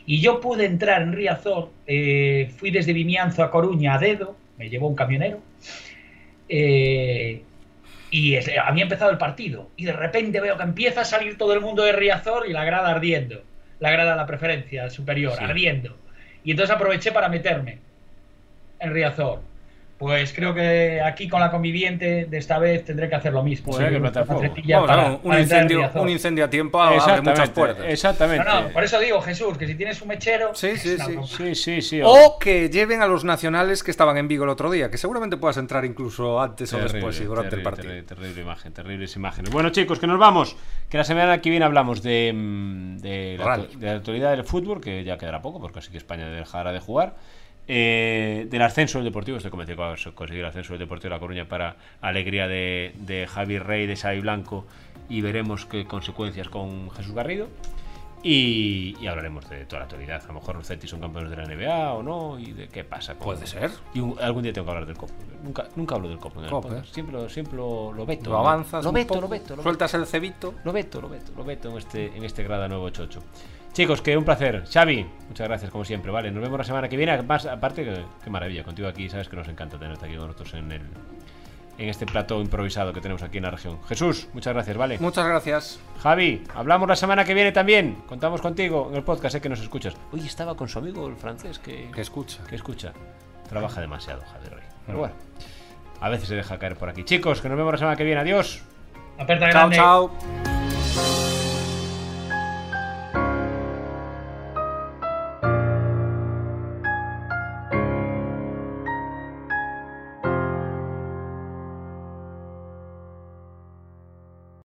Speaker 4: Y yo pude entrar en Riazor, eh, fui desde Vimianzo a Coruña a dedo, me llevó un camionero. eh, y es- eh, había empezado el partido. Y de repente veo que empieza a salir todo el mundo de Riazor y la grada ardiendo. La grada de la preferencia superior,
Speaker 2: Sí.
Speaker 4: ardiendo. Y entonces aproveché para meterme en Riazor. Pues creo que aquí con la conviviente de esta vez tendré que hacer lo mismo.
Speaker 2: Pues hay que
Speaker 4: Una
Speaker 2: plantar fuego.
Speaker 4: patretilla
Speaker 6: Vamos,
Speaker 4: para-
Speaker 6: vamos, un,
Speaker 4: para entrar en
Speaker 6: incendio,
Speaker 4: Riazor.
Speaker 6: un incendio a tiempo
Speaker 4: Ah,
Speaker 6: abre muchas puertas.
Speaker 2: Exactamente.
Speaker 4: No, no, por eso digo, Jesús, que si tienes un mechero. pues
Speaker 6: Sí, sí,
Speaker 4: es una
Speaker 6: sí.
Speaker 4: broma.
Speaker 2: Sí, sí, sí.
Speaker 6: O que lleven a los nacionales que estaban en Vigo el otro día, que seguramente puedas entrar incluso antes o
Speaker 2: Terrible,
Speaker 6: después y durante Este el
Speaker 2: terrible,
Speaker 6: partido.
Speaker 2: Terrible, terrible imagen, terribles imágenes. Bueno, chicos, que nos vamos. Que la semana que viene hablamos de, mm, de, la,
Speaker 6: Rally.
Speaker 2: actu- de la actualidad del fútbol, que ya quedará poco, porque así que España dejará de jugar. Eh, del ascenso del Deportivo, estoy convencido que va a conseguir el ascenso del Deportivo de La Coruña para alegría de, de Javi Rey, de Xavi Blanco, y veremos qué consecuencias con Jesús Garrido. Y, y hablaremos de toda la actualidad. A lo mejor los Celtics son campeones de la NBA o no, y de qué pasa. con-
Speaker 6: Puede ser.
Speaker 2: y un- algún día tengo que hablar del copo. Nunca, nunca hablo del copo. en el
Speaker 6: Copo,
Speaker 2: podcast.
Speaker 6: eh.
Speaker 2: Siempre, lo- siempre lo, lo veto.
Speaker 6: Lo avanzas,
Speaker 2: Lo
Speaker 6: un
Speaker 2: veto,
Speaker 6: poco,
Speaker 2: lo veto. Lo veto,
Speaker 6: sueltas el cebito.
Speaker 2: lo veto, lo veto, lo veto en este, en este grada nuevo 88. Chicos, que un placer. Xavi, muchas gracias como siempre. Vale, nos vemos la semana que viene. Además, aparte, que- qué maravilla. Contigo aquí, sabes que nos encanta tenerte aquí con nosotros en el en este plato improvisado que tenemos aquí en la región. Jesús, muchas gracias, vale.
Speaker 6: Muchas gracias.
Speaker 2: Javi, hablamos la semana que viene también. Contamos contigo en el podcast, sé que nos escuchas. Oye, estaba con su amigo el francés que,
Speaker 6: Que escucha.
Speaker 2: que escucha, trabaja demasiado, Javier Rey. Pero bueno, a veces se deja caer por aquí. Chicos, que nos vemos la semana que viene. Adiós.
Speaker 4: Aperta
Speaker 6: Chao,
Speaker 4: grande.
Speaker 6: chao.